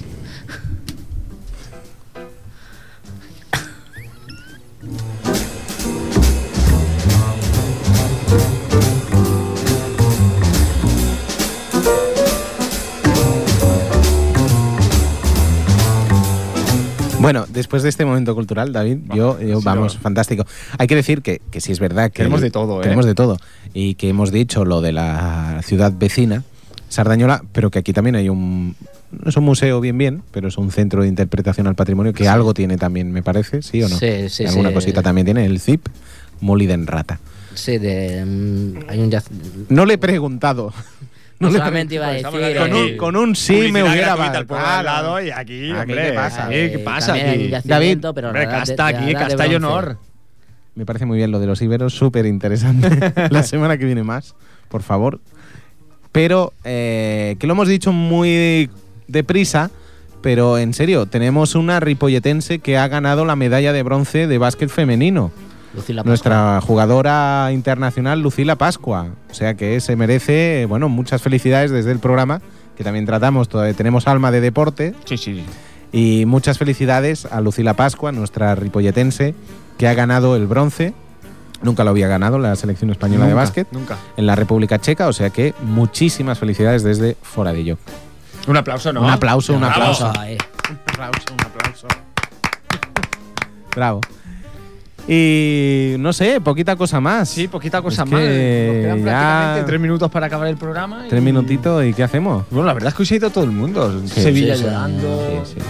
[SPEAKER 16] Bueno, después de este momento cultural, David, yo, yo-
[SPEAKER 15] sí,
[SPEAKER 16] vamos,
[SPEAKER 15] no.
[SPEAKER 16] fantástico. Hay que decir que, que sí es verdad que
[SPEAKER 15] Tenemos de todo, ¿eh?
[SPEAKER 16] tenemos de todo y que hemos dicho lo de la ciudad vecina Sardañola, pero que aquí también hay un no es un museo bien bien, pero es un centro de interpretación al patrimonio que algo tiene también, me parece, sí o no.
[SPEAKER 6] Sí, sí,
[SPEAKER 16] Alguna
[SPEAKER 6] sí.
[SPEAKER 16] cosita también tiene el zip Moliden Rata.
[SPEAKER 6] Sí, de, mm, hay un yac-
[SPEAKER 16] No le he preguntado
[SPEAKER 6] No solamente iba a decir.
[SPEAKER 3] Con un,
[SPEAKER 6] eh,
[SPEAKER 3] con un sí me
[SPEAKER 1] Publicidad
[SPEAKER 3] hubiera
[SPEAKER 1] gratuita al pueblo de al
[SPEAKER 3] valido.
[SPEAKER 1] lado y aquí,
[SPEAKER 3] Aquí,
[SPEAKER 1] hombre,
[SPEAKER 3] ¿qué pasa?
[SPEAKER 1] aquí,
[SPEAKER 5] eh,
[SPEAKER 1] ¿Qué pasa
[SPEAKER 6] también
[SPEAKER 1] aquí?
[SPEAKER 6] hay yacimiento, pero
[SPEAKER 1] Hombre,
[SPEAKER 6] nada de-
[SPEAKER 1] casta
[SPEAKER 6] de-
[SPEAKER 1] aquí,
[SPEAKER 6] nada de
[SPEAKER 1] casta y
[SPEAKER 6] bronce.
[SPEAKER 1] honor.
[SPEAKER 5] Me parece muy bien lo de los íberos, súper interesante. la semana que viene más, por favor. Pero eh, que lo hemos dicho muy deprisa, pero en serio, tenemos una ripolletense que ha ganado la medalla de bronce de básquet femenino.
[SPEAKER 6] Lucila
[SPEAKER 5] Nuestra jugadora internacional, Lucila Pascua. O sea que se merece, eh, bueno, muchas felicidades desde el programa, que también tratamos, todavía tenemos alma de deporte.
[SPEAKER 1] Sí, sí.
[SPEAKER 5] Y muchas felicidades a Lucila Pascua, nuestra ripolletense, que ha ganado el bronce. Nunca lo había ganado la selección española de
[SPEAKER 1] Nunca,
[SPEAKER 5] básquet
[SPEAKER 1] Nunca.
[SPEAKER 5] en la República Checa. O sea que muchísimas felicidades desde Foradillo.
[SPEAKER 1] Un aplauso, ¿no?
[SPEAKER 5] Un aplauso, un
[SPEAKER 1] Bravo.
[SPEAKER 5] aplauso.
[SPEAKER 6] Ah, eh.
[SPEAKER 3] aplauso, un aplauso.
[SPEAKER 5] Bravo. Y no sé, poquita cosa más.
[SPEAKER 1] Sí, poquita cosa
[SPEAKER 5] Es
[SPEAKER 1] más. Nos
[SPEAKER 5] que
[SPEAKER 1] quedan
[SPEAKER 5] ya-
[SPEAKER 1] prácticamente tres minutos para acabar el programa. y-
[SPEAKER 5] Tres minutitos y ¿qué hacemos?
[SPEAKER 1] Bueno, la verdad es que hoy se ha ido todo el mundo.
[SPEAKER 5] Sí,
[SPEAKER 1] Sevilla
[SPEAKER 6] sí, sí.
[SPEAKER 1] llorando.
[SPEAKER 5] Sí, sí.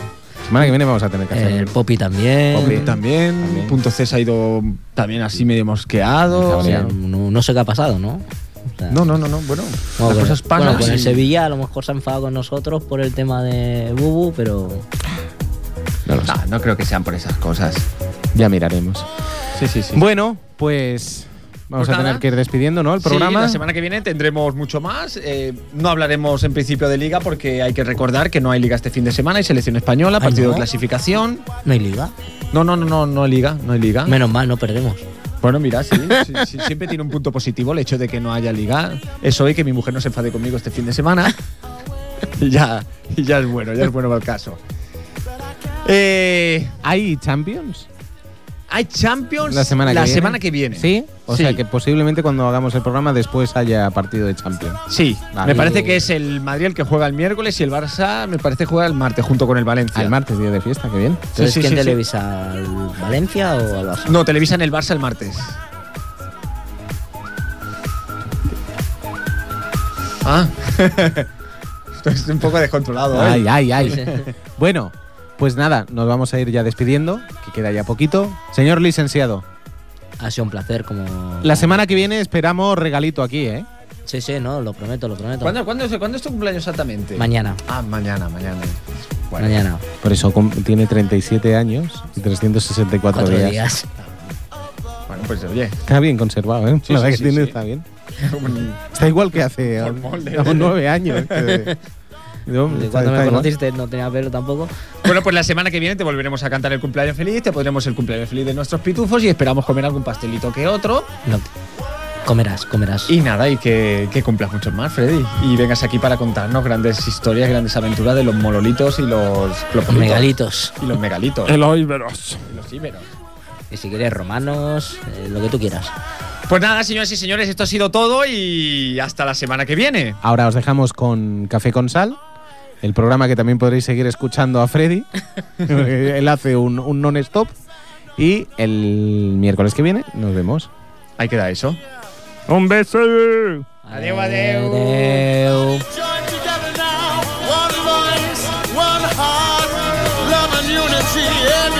[SPEAKER 5] Semana que viene vamos a tener que hacer.
[SPEAKER 6] El Poppy también.
[SPEAKER 5] Poppy
[SPEAKER 1] También, también. Punto C se ha ido también así medio mosqueado.
[SPEAKER 6] O sea, no, no sé qué ha pasado, ¿no? O sea,
[SPEAKER 1] No, no, no, no. Bueno,
[SPEAKER 6] bueno,
[SPEAKER 1] las
[SPEAKER 6] con-
[SPEAKER 1] cosas pasan.
[SPEAKER 6] bueno, con el
[SPEAKER 1] Sí.
[SPEAKER 6] Sevilla a lo mejor se ha enfadado con nosotros por el tema de Bubu, pero
[SPEAKER 5] No lo sé.
[SPEAKER 1] Ah, no creo que sean por esas cosas.
[SPEAKER 5] Ya miraremos.
[SPEAKER 1] Sí, sí, sí.
[SPEAKER 5] Bueno, pues vamos
[SPEAKER 1] Pues
[SPEAKER 5] a
[SPEAKER 1] nada.
[SPEAKER 5] tener que ir despidiendo, ¿no? El
[SPEAKER 1] Sí,
[SPEAKER 5] programa.
[SPEAKER 1] la semana que viene tendremos mucho más. Eh, no hablaremos en principio de liga porque hay que recordar que no hay liga este fin de semana. Hay selección española,
[SPEAKER 6] Ay,
[SPEAKER 1] partido
[SPEAKER 6] ¿no?
[SPEAKER 1] de clasificación.
[SPEAKER 6] no hay liga.
[SPEAKER 1] No, no, no, no, no hay liga, no hay liga.
[SPEAKER 6] Menos mal, no perdemos.
[SPEAKER 1] Bueno, mira, sí, sí, sí, siempre tiene un punto positivo el hecho de que no haya liga. Eso y que mi mujer no se enfade conmigo este fin de semana. y ya, y ya es bueno, ya es bueno para el caso. Eh,
[SPEAKER 5] ¿Hay Champions?
[SPEAKER 1] hay Champions
[SPEAKER 5] La semana que viene.
[SPEAKER 1] semana que viene.
[SPEAKER 5] Sí, o
[SPEAKER 1] Sí.
[SPEAKER 5] sea que posiblemente cuando hagamos el programa después haya partido de Champions.
[SPEAKER 1] Sí,
[SPEAKER 5] Vale.
[SPEAKER 1] me parece que es el Madrid el que juega el miércoles y el Barça me parece juega el martes junto con el Valencia.
[SPEAKER 5] Al martes, día de fiesta, qué bien.
[SPEAKER 6] Entonces,
[SPEAKER 1] sí,
[SPEAKER 6] ¿quién
[SPEAKER 1] sí, sí.
[SPEAKER 6] televisa? ¿Al Valencia o al Barça?
[SPEAKER 1] No, televisan el Barça el martes. Ah. Estoy un poco descontrolado. ¿eh?
[SPEAKER 5] Ay, ay, ay. bueno, pues nada, nos vamos a ir ya despidiendo, que queda ya poquito. Señor licenciado,
[SPEAKER 6] Ha sido un placer como.
[SPEAKER 5] la semana que viene esperamos regalito aquí, ¿eh?
[SPEAKER 6] Sí, sí, no, lo prometo, lo prometo.
[SPEAKER 1] ¿Cuándo, cuándo, es- cuándo es tu cumpleaños exactamente?
[SPEAKER 6] Mañana.
[SPEAKER 1] Ah, mañana, mañana. Bueno.
[SPEAKER 6] Mañana.
[SPEAKER 5] Por eso com- tiene 37 años y 364
[SPEAKER 6] Cuatro
[SPEAKER 5] días.
[SPEAKER 6] días.
[SPEAKER 1] Bueno, pues oye.
[SPEAKER 5] Está bien conservado, ¿eh?
[SPEAKER 1] Sí,
[SPEAKER 5] la
[SPEAKER 1] sí,
[SPEAKER 5] verdad
[SPEAKER 1] sí,
[SPEAKER 5] que tiene
[SPEAKER 1] sí.
[SPEAKER 5] está bien.
[SPEAKER 1] un-
[SPEAKER 5] Está igual que hace
[SPEAKER 1] Por
[SPEAKER 5] um,
[SPEAKER 1] molde.
[SPEAKER 5] unos nueve años. que- No,
[SPEAKER 6] De
[SPEAKER 5] está-
[SPEAKER 6] cuando me
[SPEAKER 5] está igual.
[SPEAKER 6] conociste no tenía pelo tampoco.
[SPEAKER 1] bueno, pues la semana que viene te volveremos a cantar el cumpleaños feliz, te pondremos el cumpleaños feliz de nuestros pitufos y esperamos comer algún pastelito que otro.
[SPEAKER 6] No. Comerás, comerás.
[SPEAKER 1] Y nada, y que, que cumplas muchos más, Freddy. Y vengas aquí para contarnos grandes historias, grandes aventuras de los mololitos y los clopolitos.
[SPEAKER 6] Megalitos.
[SPEAKER 1] Y los megalitos.
[SPEAKER 3] El Oiberos.
[SPEAKER 1] Y los íberos.
[SPEAKER 6] Y si quieres romanos, eh, lo que tú quieras.
[SPEAKER 1] Pues nada, señoras y señores, esto ha sido todo y hasta la semana que viene.
[SPEAKER 5] Ahora os dejamos con Café con Sal, el programa que también podréis seguir escuchando a Freddy. Él hace un, un non-stop. Y el miércoles que viene nos vemos.
[SPEAKER 1] Ahí queda eso.
[SPEAKER 3] Un beso.
[SPEAKER 1] Adeu, adeu.
[SPEAKER 6] Adeu.
[SPEAKER 8] Join together now, one voice, one heart, love and unity in